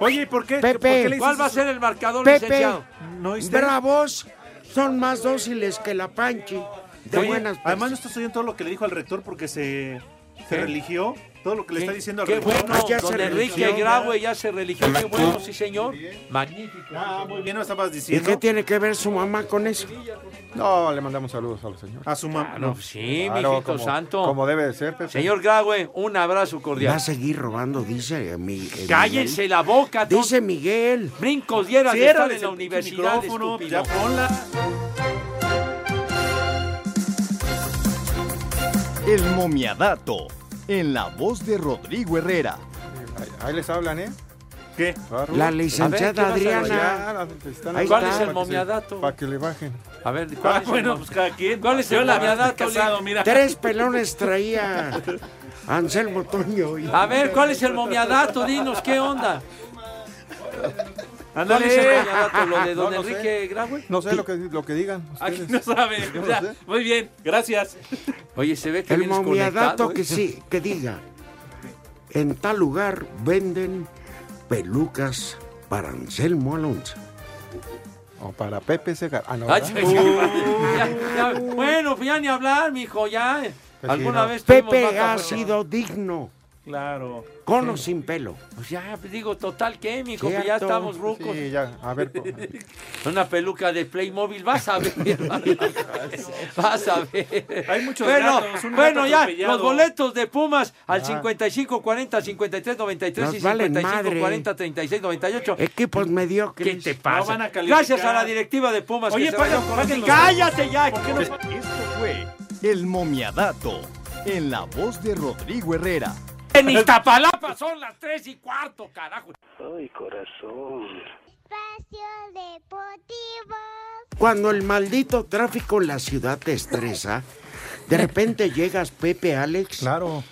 Speaker 3: Oye, ¿y por qué?
Speaker 5: Pepe.
Speaker 3: ¿Por qué le dices
Speaker 4: ¿cuál va a
Speaker 3: eso?
Speaker 4: ser el marcador,
Speaker 5: Pepe,
Speaker 4: licenciado?
Speaker 3: ¿No oíste?
Speaker 5: bravos son más dóciles que la panchi. De
Speaker 3: Oye,
Speaker 5: buenas
Speaker 3: además, no
Speaker 5: personas.
Speaker 3: estoy pues. oyendo todo lo que le dijo al rector porque se, se
Speaker 4: ¿Qué?
Speaker 3: religió. Todo lo que le está diciendo al
Speaker 4: Qué
Speaker 3: rector.
Speaker 4: bueno,
Speaker 5: Ah, ya
Speaker 4: don
Speaker 5: se
Speaker 4: Enrique
Speaker 5: religió,
Speaker 4: Graue ya se religió. Qué bueno, sí, señor. Magnífico.
Speaker 3: Ah, muy bien, no estabas
Speaker 5: ¿Y
Speaker 3: diciendo.
Speaker 5: qué tiene que ver su mamá con eso?
Speaker 6: No, le mandamos saludos a los señores.
Speaker 3: A su
Speaker 5: Ah,
Speaker 3: mamá.
Speaker 4: Bueno, sí,
Speaker 6: Claro,
Speaker 4: mijito
Speaker 6: como-
Speaker 4: santo.
Speaker 6: Como debe de ser, Pepe.
Speaker 4: Señor Graue, un abrazo
Speaker 5: Va
Speaker 4: cordial.
Speaker 5: a seguir robando, dice eh, mi. eh, Miguel.
Speaker 4: Cállense la boca, tú.
Speaker 5: Dice Miguel.
Speaker 4: Brincos dieras de
Speaker 3: Cierra
Speaker 4: estar en la universidad,
Speaker 3: micrófono,
Speaker 4: estúpido.
Speaker 3: ya ponla.
Speaker 7: El momiadato, en la voz de Rodrigo Herrera.
Speaker 6: Ahí, ahí les hablan, ¿eh?
Speaker 3: ¿Qué?
Speaker 5: La licenciada Adriana. Ahí
Speaker 4: ¿Cuál
Speaker 5: está.
Speaker 4: es el momiadato?
Speaker 6: Para que le bajen.
Speaker 4: A ver,
Speaker 5: Ah,
Speaker 4: ¿cuál es el
Speaker 3: bueno, pues cada quien.
Speaker 4: Ah, ¿Cuál es
Speaker 3: Yo
Speaker 4: el
Speaker 3: la
Speaker 4: momiadato,
Speaker 3: estoy
Speaker 4: Lin?
Speaker 3: casado, mira.
Speaker 5: Tres pelones traía *laughs* Anselmo Toño. y-
Speaker 4: A ver, ¿cuál es el momiadato? Dinos, ¿qué onda? ¿Cuál
Speaker 6: Ándale.
Speaker 4: es el momiadato? ¿Lo de don
Speaker 6: No, no sé.
Speaker 4: Enrique Graue? Ah,
Speaker 6: No sé lo que, lo que digan.
Speaker 3: Aquí
Speaker 6: ustedes.
Speaker 3: no sabe.
Speaker 6: Yo no
Speaker 3: Ya,
Speaker 6: sé.
Speaker 3: muy bien, gracias.
Speaker 4: Oye, se ve que
Speaker 5: El
Speaker 4: vienes conectado.
Speaker 5: momiadato
Speaker 4: ¿eh?
Speaker 5: que sí, que diga. En tal lugar venden pelucas para Anselmo Alonso.
Speaker 6: O para Pepe Segar. Ah, no.
Speaker 4: Ay,
Speaker 6: ¿verdad? Uh.
Speaker 4: ya, *laughs* ya, ya. Bueno, pues ya ni hablar, mijo, ya.
Speaker 6: Pues sí,
Speaker 4: Alguna
Speaker 6: no.
Speaker 4: vez tuvimos
Speaker 5: Pepe
Speaker 4: vaca,
Speaker 5: ha
Speaker 4: pero-
Speaker 5: sido digno,
Speaker 3: Claro.
Speaker 5: con o sin pelo.
Speaker 4: Pues ya, pues digo, total, ¿qué, mijo? Pues ya
Speaker 5: Cierto.
Speaker 4: estamos rucos.
Speaker 6: Sí, ya. A ver. po-
Speaker 4: *laughs* Una peluca de Playmobil, vas *laughs* a ver. vas a ver.
Speaker 3: Hay muchos
Speaker 4: bueno,
Speaker 3: gatos, un gato
Speaker 4: bueno, ya,
Speaker 3: atropellado.
Speaker 4: los boletos de Pumas al 55 40 53 93 y
Speaker 5: Nos valen
Speaker 4: 55 40
Speaker 5: madre.
Speaker 4: 36 98.
Speaker 5: Equipos
Speaker 4: pues,
Speaker 5: mediocres.
Speaker 4: ¿Qué te pasa?
Speaker 3: No van a calificar.
Speaker 4: Gracias a pues, la directiva de Pumas.
Speaker 3: Oye,
Speaker 4: que se
Speaker 3: paga-
Speaker 4: vayan con-
Speaker 3: paguen los-
Speaker 4: ¡Cállate ya!
Speaker 11: fue El Momiadato, en la voz de Rodrigo Herrera.
Speaker 4: En Iztapalapa son las 3 y cuarto, carajo.
Speaker 15: Ay, corazón.
Speaker 5: Cuando el maldito tráfico en la ciudad te estresa, de repente llegas Pepe Alex.
Speaker 6: Claro.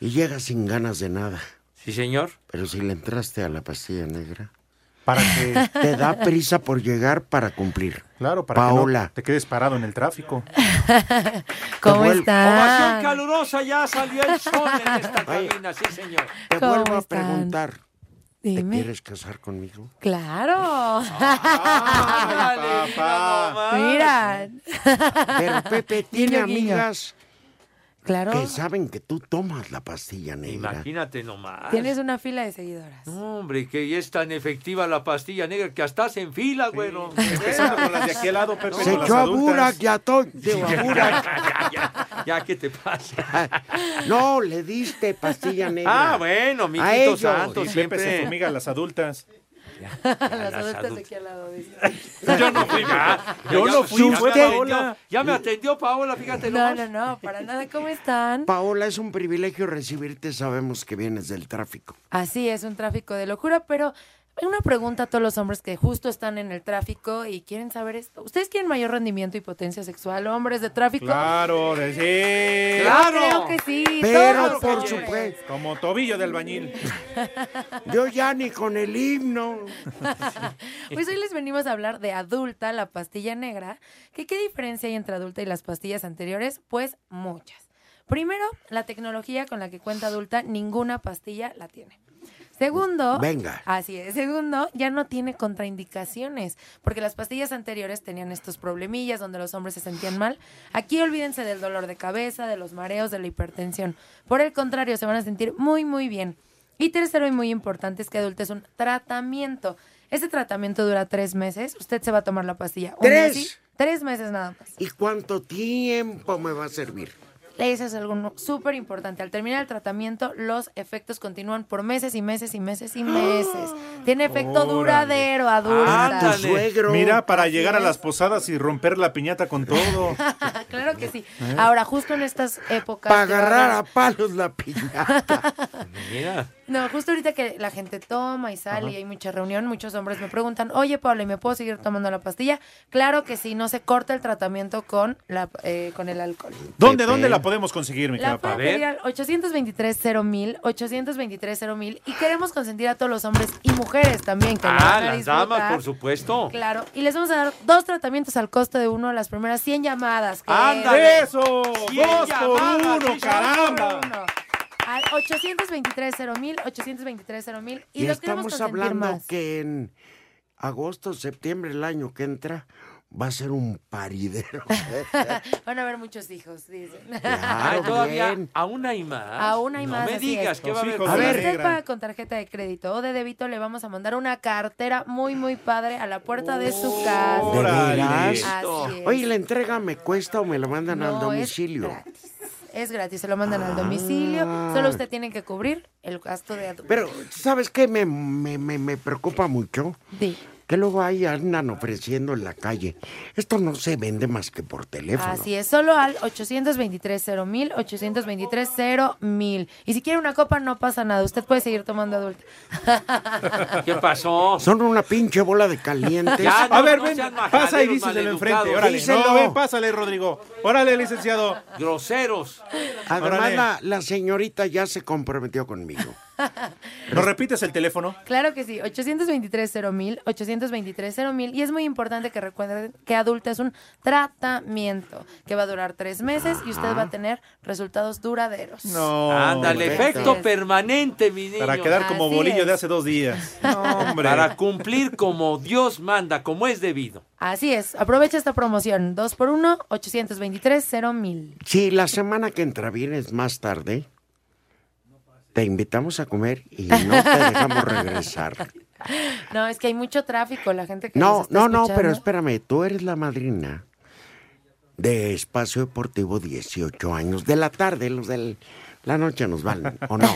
Speaker 5: Y llegas sin ganas de nada.
Speaker 4: Sí, señor.
Speaker 5: Pero si le entraste a la pastilla negra,
Speaker 6: Para que.
Speaker 5: te da prisa por llegar para cumplir.
Speaker 6: Claro, para
Speaker 5: Paola.
Speaker 6: que no te quedes parado en el tráfico.
Speaker 7: *laughs* ¿Cómo
Speaker 5: Te vuel-
Speaker 4: Ovación
Speaker 7: están?
Speaker 4: calurosa, ya salió el sol en esta cabina, sí, señor.
Speaker 5: Te
Speaker 7: ¿Cómo
Speaker 5: vuelvo a
Speaker 7: están?
Speaker 5: preguntar. ¿Te
Speaker 7: Dime.
Speaker 5: quieres casar conmigo?
Speaker 7: Claro. *laughs*
Speaker 4: Dale, mira nomás.
Speaker 7: Mira.
Speaker 5: Pero
Speaker 7: *laughs*
Speaker 5: Pepe tiene
Speaker 7: Guiño, guiño.
Speaker 5: amigas
Speaker 7: Claro.
Speaker 5: que saben que tú tomas la pastilla negra.
Speaker 4: Imagínate nomás.
Speaker 7: Tienes una fila de seguidoras.
Speaker 4: No, hombre, que ya es tan efectiva la pastilla negra que hasta en fila,
Speaker 3: *laughs*
Speaker 4: güero.
Speaker 3: Empezando con las de aquel lado, Pepe,
Speaker 5: Se
Speaker 3: con las
Speaker 5: echó a Burak
Speaker 3: adultas.
Speaker 5: y a Toño. digo, a Burak.
Speaker 4: Ya, ¿qué te
Speaker 7: *laughs*
Speaker 4: pasa?
Speaker 5: No, le diste pastilla negra.
Speaker 4: Ah, bueno,
Speaker 5: A
Speaker 4: mijito
Speaker 5: ellos.
Speaker 4: santo,
Speaker 3: Y Pepe se
Speaker 4: siempre.
Speaker 3: fumiga a las adultas.
Speaker 7: Las adultas
Speaker 4: adultas.
Speaker 7: aquí al lado. dice.
Speaker 4: Yo no fui, ma. yo
Speaker 3: Ya
Speaker 4: no fui. Ya me,
Speaker 3: usted-
Speaker 4: atendió, ya me atendió Paola, fíjate
Speaker 7: No,
Speaker 4: nomás.
Speaker 7: no, no, para nada. ¿Cómo están?
Speaker 5: Paola, es un privilegio recibirte. Sabemos que vienes del tráfico.
Speaker 7: Así es, un tráfico de locura, pero hay una pregunta a todos los hombres que justo están en el tráfico y quieren saber esto. ¿Ustedes quieren mayor rendimiento y potencia sexual, hombres de tráfico?
Speaker 3: Claro, de- sí.
Speaker 4: ¡Claro!
Speaker 7: Creo que sí.
Speaker 5: Pero
Speaker 7: todos
Speaker 5: por
Speaker 7: los hombres.
Speaker 5: supuesto,
Speaker 3: Como tobillo de albañil.
Speaker 5: yo ya ni con el himno.
Speaker 7: Pues hoy les venimos a hablar de adulta, la pastilla negra. ¿Que ¿Qué diferencia hay entre adulta y las pastillas anteriores? Pues muchas. Primero, la tecnología con la que cuenta adulta, ninguna pastilla la tiene. Segundo,
Speaker 5: Venga.
Speaker 7: así es. Segundo, ya no tiene contraindicaciones, porque las pastillas anteriores tenían estos problemillas donde los hombres se sentían mal. Aquí olvídense del dolor de cabeza, de los mareos, de la hipertensión. Por el contrario, se van a sentir muy, muy bien. Y tercero y muy importante es que adulta es un tratamiento. Este tratamiento dura tres meses. Usted se va a tomar la pastilla. un día
Speaker 5: ¿Tres?
Speaker 7: sí, Tres meses nada más.
Speaker 5: ¿Y cuánto tiempo me va a servir?
Speaker 7: Eso es algo súper importante. Al terminar el tratamiento, los efectos continúan por meses y meses y meses y meses. Tiene efecto
Speaker 3: Órale. Ah,
Speaker 7: duradero, adulta.
Speaker 5: Tu
Speaker 4: Ándale.
Speaker 5: suegro.
Speaker 3: Mira, para
Speaker 7: Así
Speaker 3: llegar a
Speaker 7: es.
Speaker 3: las posadas y romper la piñata con todo.
Speaker 5: *laughs*
Speaker 7: claro
Speaker 3: ¿Eh?
Speaker 7: que sí. Ahora, justo en estas épocas.
Speaker 5: Para
Speaker 7: que va a
Speaker 5: agarrar
Speaker 7: haber-
Speaker 5: a palos la piñata.
Speaker 4: Mira.
Speaker 7: No, justo ahorita que la gente toma y sale y hay mucha reunión, muchos hombres me preguntan, oye Pablo, ¿y me puedo seguir tomando la pastilla? Claro que sí, no se corta el tratamiento con, la, eh, con el alcohol.
Speaker 3: ¿Dónde,
Speaker 5: Pepe.
Speaker 3: dónde la podemos conseguir, mi
Speaker 7: La
Speaker 3: querida
Speaker 7: pueden
Speaker 3: Pablo?
Speaker 7: pedir al 823-0000, 823-0000 y queremos consentir a todos los hombres y mujeres también que nos
Speaker 4: Ah,
Speaker 7: van a
Speaker 4: las
Speaker 7: disfrutar.
Speaker 4: damas, por supuesto.
Speaker 7: Claro, y les vamos a dar dos tratamientos al costo de uno a las primeras 100 llamadas. que-
Speaker 4: Ándale.
Speaker 3: ¡Eso!
Speaker 4: Cien
Speaker 3: ¡Dos por
Speaker 4: llamadas,
Speaker 3: uno,
Speaker 4: sí,
Speaker 3: caramba!
Speaker 7: Uno. Al 823-0000, 823-0000 y,
Speaker 5: Y
Speaker 7: los queremos
Speaker 5: estamos
Speaker 7: consentir
Speaker 5: hablando
Speaker 7: más.
Speaker 5: que en agosto, septiembre, el año que entra, va a ser un paridero. ¿eh?
Speaker 7: Van a haber muchos hijos,
Speaker 4: *laughs*
Speaker 7: dicen.
Speaker 4: Ah,
Speaker 5: Claro,
Speaker 4: todavía
Speaker 5: bien.
Speaker 4: aún hay más.
Speaker 7: *laughs* Aún hay
Speaker 4: no
Speaker 7: más,
Speaker 4: me
Speaker 7: así
Speaker 4: digas
Speaker 7: es.
Speaker 4: que va a
Speaker 3: Los
Speaker 4: haber.
Speaker 3: hijos
Speaker 5: A
Speaker 7: Si
Speaker 5: ver.
Speaker 7: usted paga con tarjeta de crédito o de débito, le vamos a mandar una cartera muy, muy padre a la puerta de su
Speaker 5: ¿De
Speaker 3: *laughs*
Speaker 7: casa.
Speaker 3: Órale.
Speaker 5: veras?
Speaker 7: Así es.
Speaker 5: Oye, ¿la entrega me cuesta o me la mandan al
Speaker 7: No, es
Speaker 5: domicilio?
Speaker 7: gratis. Es gratis, se lo mandan al domicilio.
Speaker 3: Ah.
Speaker 7: Solo usted tiene que cubrir el gasto de adulto.
Speaker 5: Pero, ¿sabes qué me, me, me- me preocupa mucho?
Speaker 7: Sí.
Speaker 5: que luego ahí andan ofreciendo en la calle. Esto no se vende más que por teléfono.
Speaker 7: Así es, solo al 823 mil 823 mil Y si quiere una copa, no pasa nada. Usted puede seguir tomando adulta.
Speaker 4: ¿Qué pasó?
Speaker 5: Son una pinche bola de calientes.
Speaker 4: Ya,
Speaker 3: a ver,
Speaker 4: no
Speaker 3: ven,
Speaker 4: sean
Speaker 3: pasa
Speaker 4: majaderos,
Speaker 3: y díselo
Speaker 4: maleducados.
Speaker 3: enfrente. Órale,
Speaker 4: Díselo.
Speaker 3: no, ven, pásale, Rodrigo. Órale, licenciado.
Speaker 4: Groseros.
Speaker 5: Además,
Speaker 3: Órale.
Speaker 5: la, la señorita ya se comprometió conmigo.
Speaker 3: *laughs* ¿Nos repites el teléfono?
Speaker 7: Claro que sí, 823 mil 823 mil Y es muy importante que recuerden que adulta es un tratamiento que va a durar tres meses y usted
Speaker 4: Ajá.
Speaker 7: va a tener resultados duraderos.
Speaker 3: No.
Speaker 4: Ándale,
Speaker 3: Perfecto.
Speaker 4: efecto permanente, mi niño.
Speaker 3: Para quedar como bolillo de hace dos
Speaker 4: *laughs*
Speaker 3: días. hombre.
Speaker 4: Para cumplir como Dios manda, como es debido.
Speaker 7: Así es, aprovecha esta promoción. 2 por 1 823 mil
Speaker 5: Si la semana que entra vienes más tarde, te invitamos a comer y no te dejamos regresar.
Speaker 7: No, es que hay mucho tráfico, la gente que nos
Speaker 5: No,
Speaker 7: está
Speaker 5: no, no,
Speaker 7: escuchando.
Speaker 5: pero espérame, tú eres la madrina de Espacio Deportivo 18 años. De la tarde, los de la noche nos valen, ¿o
Speaker 7: *laughs*
Speaker 5: no?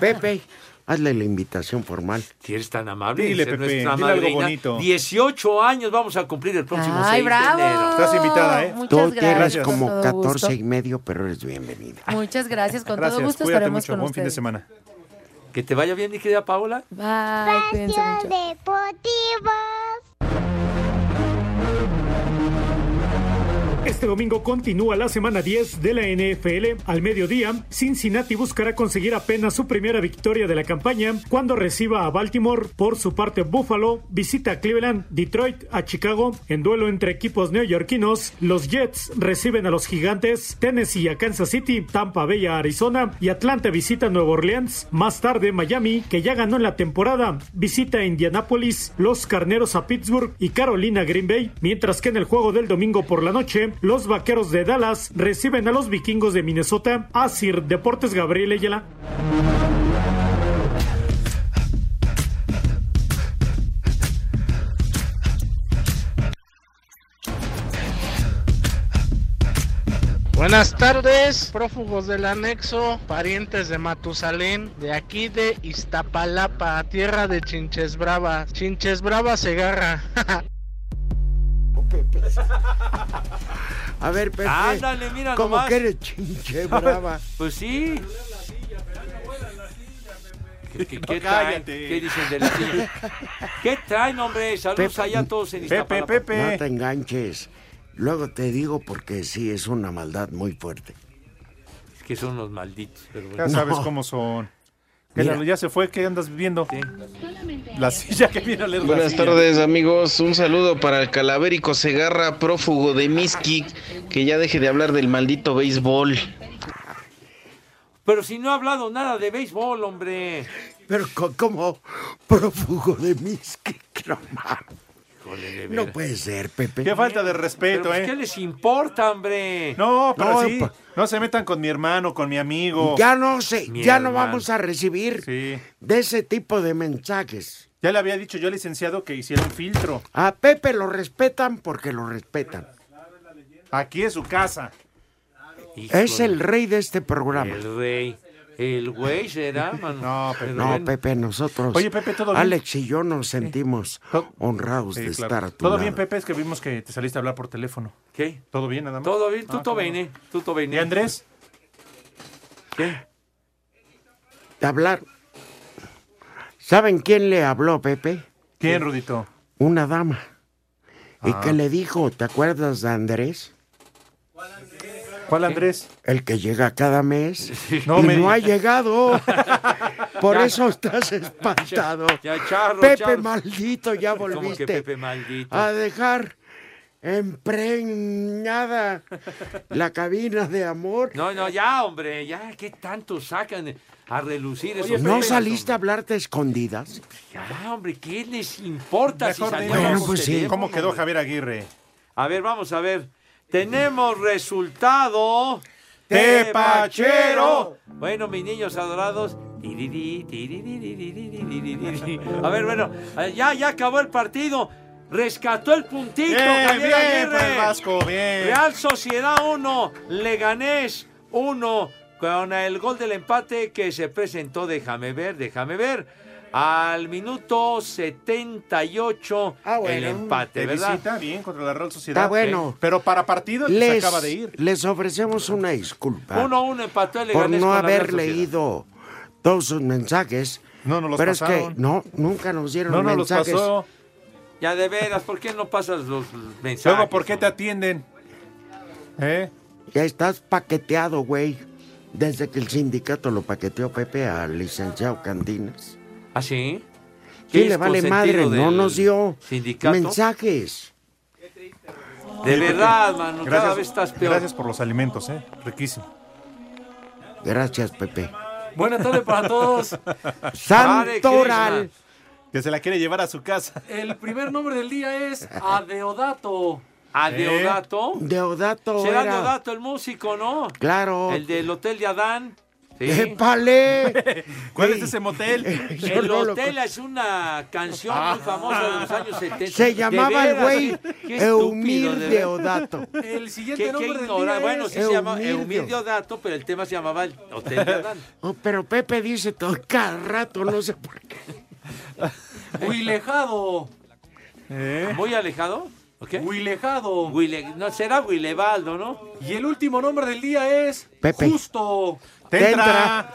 Speaker 5: Pepe, hazle la invitación formal.
Speaker 4: Si eres tan amable,
Speaker 3: Dile,
Speaker 4: dice
Speaker 3: Pepe,
Speaker 4: nuestra
Speaker 3: dile algo
Speaker 4: madrina,
Speaker 3: bonito.
Speaker 4: 18 años vamos a cumplir el próximo
Speaker 7: Ay,
Speaker 4: 6
Speaker 7: bravo.
Speaker 4: de enero.
Speaker 3: Estás invitada, ¿eh?
Speaker 7: Muchas
Speaker 5: Tú
Speaker 7: gracias,
Speaker 5: tienes
Speaker 7: con
Speaker 5: como
Speaker 7: todo
Speaker 5: 14 y
Speaker 7: gusto.
Speaker 5: medio, pero eres bienvenida.
Speaker 7: Muchas gracias, con
Speaker 3: Gracias,
Speaker 7: todo gusto
Speaker 3: cuídate
Speaker 7: estaremos
Speaker 3: mucho.
Speaker 7: con
Speaker 3: Buen fin de
Speaker 7: ustedes.
Speaker 3: semana.
Speaker 4: Que te vaya bien, mi querida Paola.
Speaker 7: Bye, cuídense mucho.
Speaker 9: Este domingo continúa la semana 10 de la NFL. Al mediodía, Cincinnati buscará conseguir apenas su primera victoria de la campaña cuando reciba a Baltimore. Por su parte, Buffalo visita a Cleveland, Detroit, a Chicago. En duelo entre equipos neoyorquinos, los Jets reciben a los Gigantes, Tennessee a Kansas City, Tampa Bay a Arizona y Atlanta visita a Nueva Orleans. Más tarde, Miami, que ya ganó en la temporada, visita a Indianápolis, los Carneros a Pittsburgh y Carolina a Green Bay, mientras que en el juego del domingo por la noche, los Vaqueros de Dallas reciben a los Vikingos de Minnesota, Asir Deportes Gabriel Ayala.
Speaker 25: Buenas tardes, prófugos del anexo, parientes de Matusalén, de aquí de Iztapalapa, tierra de Chinches Bravas. Chinches Bravas se garra.
Speaker 5: A ver, Pepe.
Speaker 4: Ándale, mira
Speaker 5: Como
Speaker 4: nomás.
Speaker 5: que eres chinche brava.
Speaker 4: Pues sí. ¿Qué, qué, qué traen?
Speaker 5: Cállate.
Speaker 4: ¿Qué dicen de la silla? ¿Qué traen, hombre? Saludos
Speaker 5: Pepe.
Speaker 4: allá a todos en Iztapalapa.
Speaker 5: No te enganches. Luego te digo porque sí, es una maldad muy fuerte.
Speaker 4: Es que son los malditos. Pero bueno.
Speaker 3: Ya sabes cómo son.
Speaker 5: Mira.
Speaker 3: Gerardo, ya se fue, ¿qué andas viendo? *laughs* La silla que viene a leer la
Speaker 20: Buenas
Speaker 3: silla.
Speaker 20: tardes amigos, un saludo para el calabérico Segarra, prófugo de Miski, que ya deje de hablar del maldito béisbol.
Speaker 4: Pero si no ha hablado nada de béisbol, hombre.
Speaker 5: Pero co- como prófugo de mis... que- que No, mames. No
Speaker 4: veras.
Speaker 5: puede ser, Pepe.
Speaker 3: Qué falta de
Speaker 4: Pero,
Speaker 3: respeto,
Speaker 4: pues, ¿Qué
Speaker 3: ¿eh?
Speaker 4: les importa, hombre?
Speaker 3: No, pero
Speaker 4: No,
Speaker 3: sí.
Speaker 4: pa-
Speaker 3: No se metan con mi hermano, con mi amigo.
Speaker 5: Ya no sé,
Speaker 3: Mi
Speaker 5: ya no
Speaker 3: hermano.
Speaker 5: vamos a recibir
Speaker 3: Sí.
Speaker 5: de ese tipo de mensajes.
Speaker 3: Ya le había dicho yo, licenciado, que hiciera un filtro.
Speaker 5: A Pepe lo respetan porque lo respetan.
Speaker 3: Aquí es su casa.
Speaker 5: Es el rey de este programa.
Speaker 4: El rey. El güey
Speaker 3: *laughs*
Speaker 4: será, mano. No, pero
Speaker 5: No, Pepe, nosotros.
Speaker 3: Oye, Pepe, ¿todo bien?
Speaker 5: Alex y yo nos sentimos honrados
Speaker 3: Sí,
Speaker 5: de
Speaker 3: claro.
Speaker 5: estar a tu
Speaker 3: Todo
Speaker 5: lado.
Speaker 3: bien, Pepe, es que vimos que te saliste a hablar por teléfono.
Speaker 4: ¿Qué?
Speaker 3: Todo bien, nada más.
Speaker 4: Todo bien, tú
Speaker 3: Ah,
Speaker 4: todo
Speaker 3: qué
Speaker 4: bien,
Speaker 3: bueno.
Speaker 4: ¿eh? Tú todo bien.
Speaker 3: ¿Y Andrés?
Speaker 4: ¿Qué?
Speaker 5: De hablar. ¿Saben quién le habló, Pepe?
Speaker 3: ¿Quién, Rudito?
Speaker 5: Una dama. ¿Y
Speaker 3: Ah.
Speaker 5: qué le dijo? ¿Te acuerdas de Andrés?
Speaker 3: ¿Cuál Andrés?
Speaker 5: El que llega cada mes.
Speaker 3: No
Speaker 5: y
Speaker 3: me
Speaker 5: no ha
Speaker 4: *laughs*
Speaker 3: digas.
Speaker 5: llegado. Por
Speaker 4: Ya.
Speaker 5: eso estás espantado.
Speaker 4: Ya, charro,
Speaker 5: Pepe
Speaker 4: charro.
Speaker 5: maldito, ya
Speaker 4: Como
Speaker 5: volviste Ah.
Speaker 4: que Pepe maldito.
Speaker 5: a dejar empreñada la cabina de amor.
Speaker 4: No, no, ya, hombre, ya, ¿qué tanto sacan a relucir esos
Speaker 5: ¿No
Speaker 4: temas,
Speaker 5: saliste a hablarte a escondidas?
Speaker 4: hombre? Ya, "Ah, hombre, ¿qué les importa si
Speaker 3: Mejor pues
Speaker 4: salieron
Speaker 3: dinos
Speaker 4: por teléfono,
Speaker 3: ¿Cómo quedó
Speaker 4: hombre?
Speaker 3: Javier Aguirre?
Speaker 4: A ver, vamos a ver. Tenemos resultado.
Speaker 3: ¡Tepachero!
Speaker 4: Bueno, mis niños adorados. tiriri, tiriri, tiriri, tiriri. A ver, bueno, eh, ya, ya acabó el partido. Rescató el puntito,
Speaker 3: Eh, Bien, pues,
Speaker 4: Javier
Speaker 3: bien, por
Speaker 4: Aguirre.
Speaker 3: el Vasco, bien.
Speaker 4: Real Sociedad 1, Leganés 1, con el gol del empate que se presentó, déjame ver, déjame ver. Al minuto 78,
Speaker 5: Ah,
Speaker 4: el
Speaker 3: bueno.
Speaker 4: empate,
Speaker 3: De
Speaker 4: ¿verdad?
Speaker 3: visita,
Speaker 4: bien contra la Real Sociedad.
Speaker 5: Está bueno.
Speaker 3: Pero para partido
Speaker 4: el que se
Speaker 5: Les-
Speaker 4: acaba de ir.
Speaker 5: Les ofrecemos una disculpa
Speaker 4: 1-1 empató el
Speaker 5: por
Speaker 4: Leganés
Speaker 5: no
Speaker 4: con la Real
Speaker 5: haber
Speaker 4: Sociedad.
Speaker 5: leído todos sus mensajes. No, no
Speaker 4: los
Speaker 5: Pero es
Speaker 4: pasaron.
Speaker 5: que no, nunca nos dieron
Speaker 4: No, no los
Speaker 5: mensajes.
Speaker 4: pasó. Ya de veras, ¿por qué no pasas los mensajes?
Speaker 3: Luego, ¿por qué te atienden? ¿Eh?
Speaker 5: Ya estás paqueteado, güey. Desde que el sindicato lo paqueteó Pepe al licenciado Candinas.
Speaker 4: ¿Ah, sí?
Speaker 5: ¿Qué
Speaker 4: es
Speaker 5: le vale madre?
Speaker 4: consentido
Speaker 5: No
Speaker 4: del
Speaker 5: nos dio
Speaker 4: sindicato?
Speaker 5: mensajes.
Speaker 4: De verdad, mano, cada vez estás peor.
Speaker 6: Gracias por los alimentos, ¿eh? Riquísimo.
Speaker 5: Gracias, Pepe.
Speaker 4: Buenas tardes para todos.
Speaker 6: *laughs*
Speaker 5: Santoral.
Speaker 6: Que se la quiere llevar a su casa.
Speaker 12: El primer nombre del día es Adeodato.
Speaker 4: Adeodato.
Speaker 5: Deodato
Speaker 4: Será
Speaker 5: era-
Speaker 4: Deodato el músico, ¿no?
Speaker 5: Claro.
Speaker 4: El del Hotel de Adán. Sí. *laughs*
Speaker 5: ¡Épale!
Speaker 6: ¿Cuál es ese motel?
Speaker 5: *laughs* Yo
Speaker 4: el
Speaker 5: no lo Ah.
Speaker 4: Hotel es una canción muy famosa de los años 70.
Speaker 5: Se
Speaker 4: De
Speaker 5: llamaba el
Speaker 4: veras,
Speaker 5: güey
Speaker 4: *laughs* qué- qué
Speaker 5: Eumir
Speaker 4: estúpido, de veras.
Speaker 5: Deodato.
Speaker 4: *laughs*
Speaker 6: El
Speaker 4: Qué- qué ignorante. Bueno, sí se llama Eumir Deodato, pero el tema se llamaba el Hotel de Adán.
Speaker 5: Oh, pero Pepe dice todo cada rato, no sé por qué.
Speaker 12: Huilejado.
Speaker 4: Muy alejado. ¿Ok?
Speaker 12: Huilejado.
Speaker 4: Huile- no, será Huilebaldo, ¿no?
Speaker 12: Y el último nombre del día es
Speaker 6: Pepe.
Speaker 12: Justo.
Speaker 6: Te entra.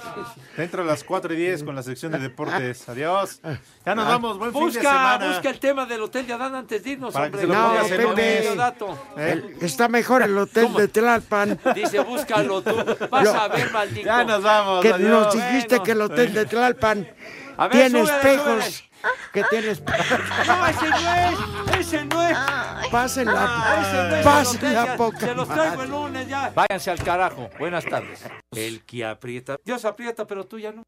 Speaker 6: Te entra a las 4 y 10 con la sección de deportes. Adiós. Ya nos vamos. Buen fin de
Speaker 4: Ah, busca,
Speaker 6: semana.
Speaker 4: Busca el tema del Hotel de Adán antes de irnos,
Speaker 5: Pues,
Speaker 6: Para que
Speaker 4: hombre.
Speaker 6: se lo No, pongas en ¿Eh? Pepe.
Speaker 4: Eumir Deodato.
Speaker 5: El- Eh, está mejor el hotel de Tlalpan.
Speaker 4: Dice, búscalo tú. Vas
Speaker 5: Lo-
Speaker 4: a ver, maldito.
Speaker 5: Ya nos vamos, Que adiós. nos dijiste que el hotel de Tlalpan
Speaker 4: A ver,
Speaker 5: tiene
Speaker 4: súbele,
Speaker 5: espejos. Que
Speaker 4: *laughs*
Speaker 5: tiene
Speaker 4: No,
Speaker 5: espejos.
Speaker 4: ese no es. Ese no es.
Speaker 5: Pásenla.
Speaker 4: Ese no es el hotel,
Speaker 5: Pásenla
Speaker 4: ya,
Speaker 5: poca.
Speaker 4: Se los traigo el lunes ya. Váyanse al carajo. Buenas tardes. El que aprieta. Dios aprieta, pero tú ya no.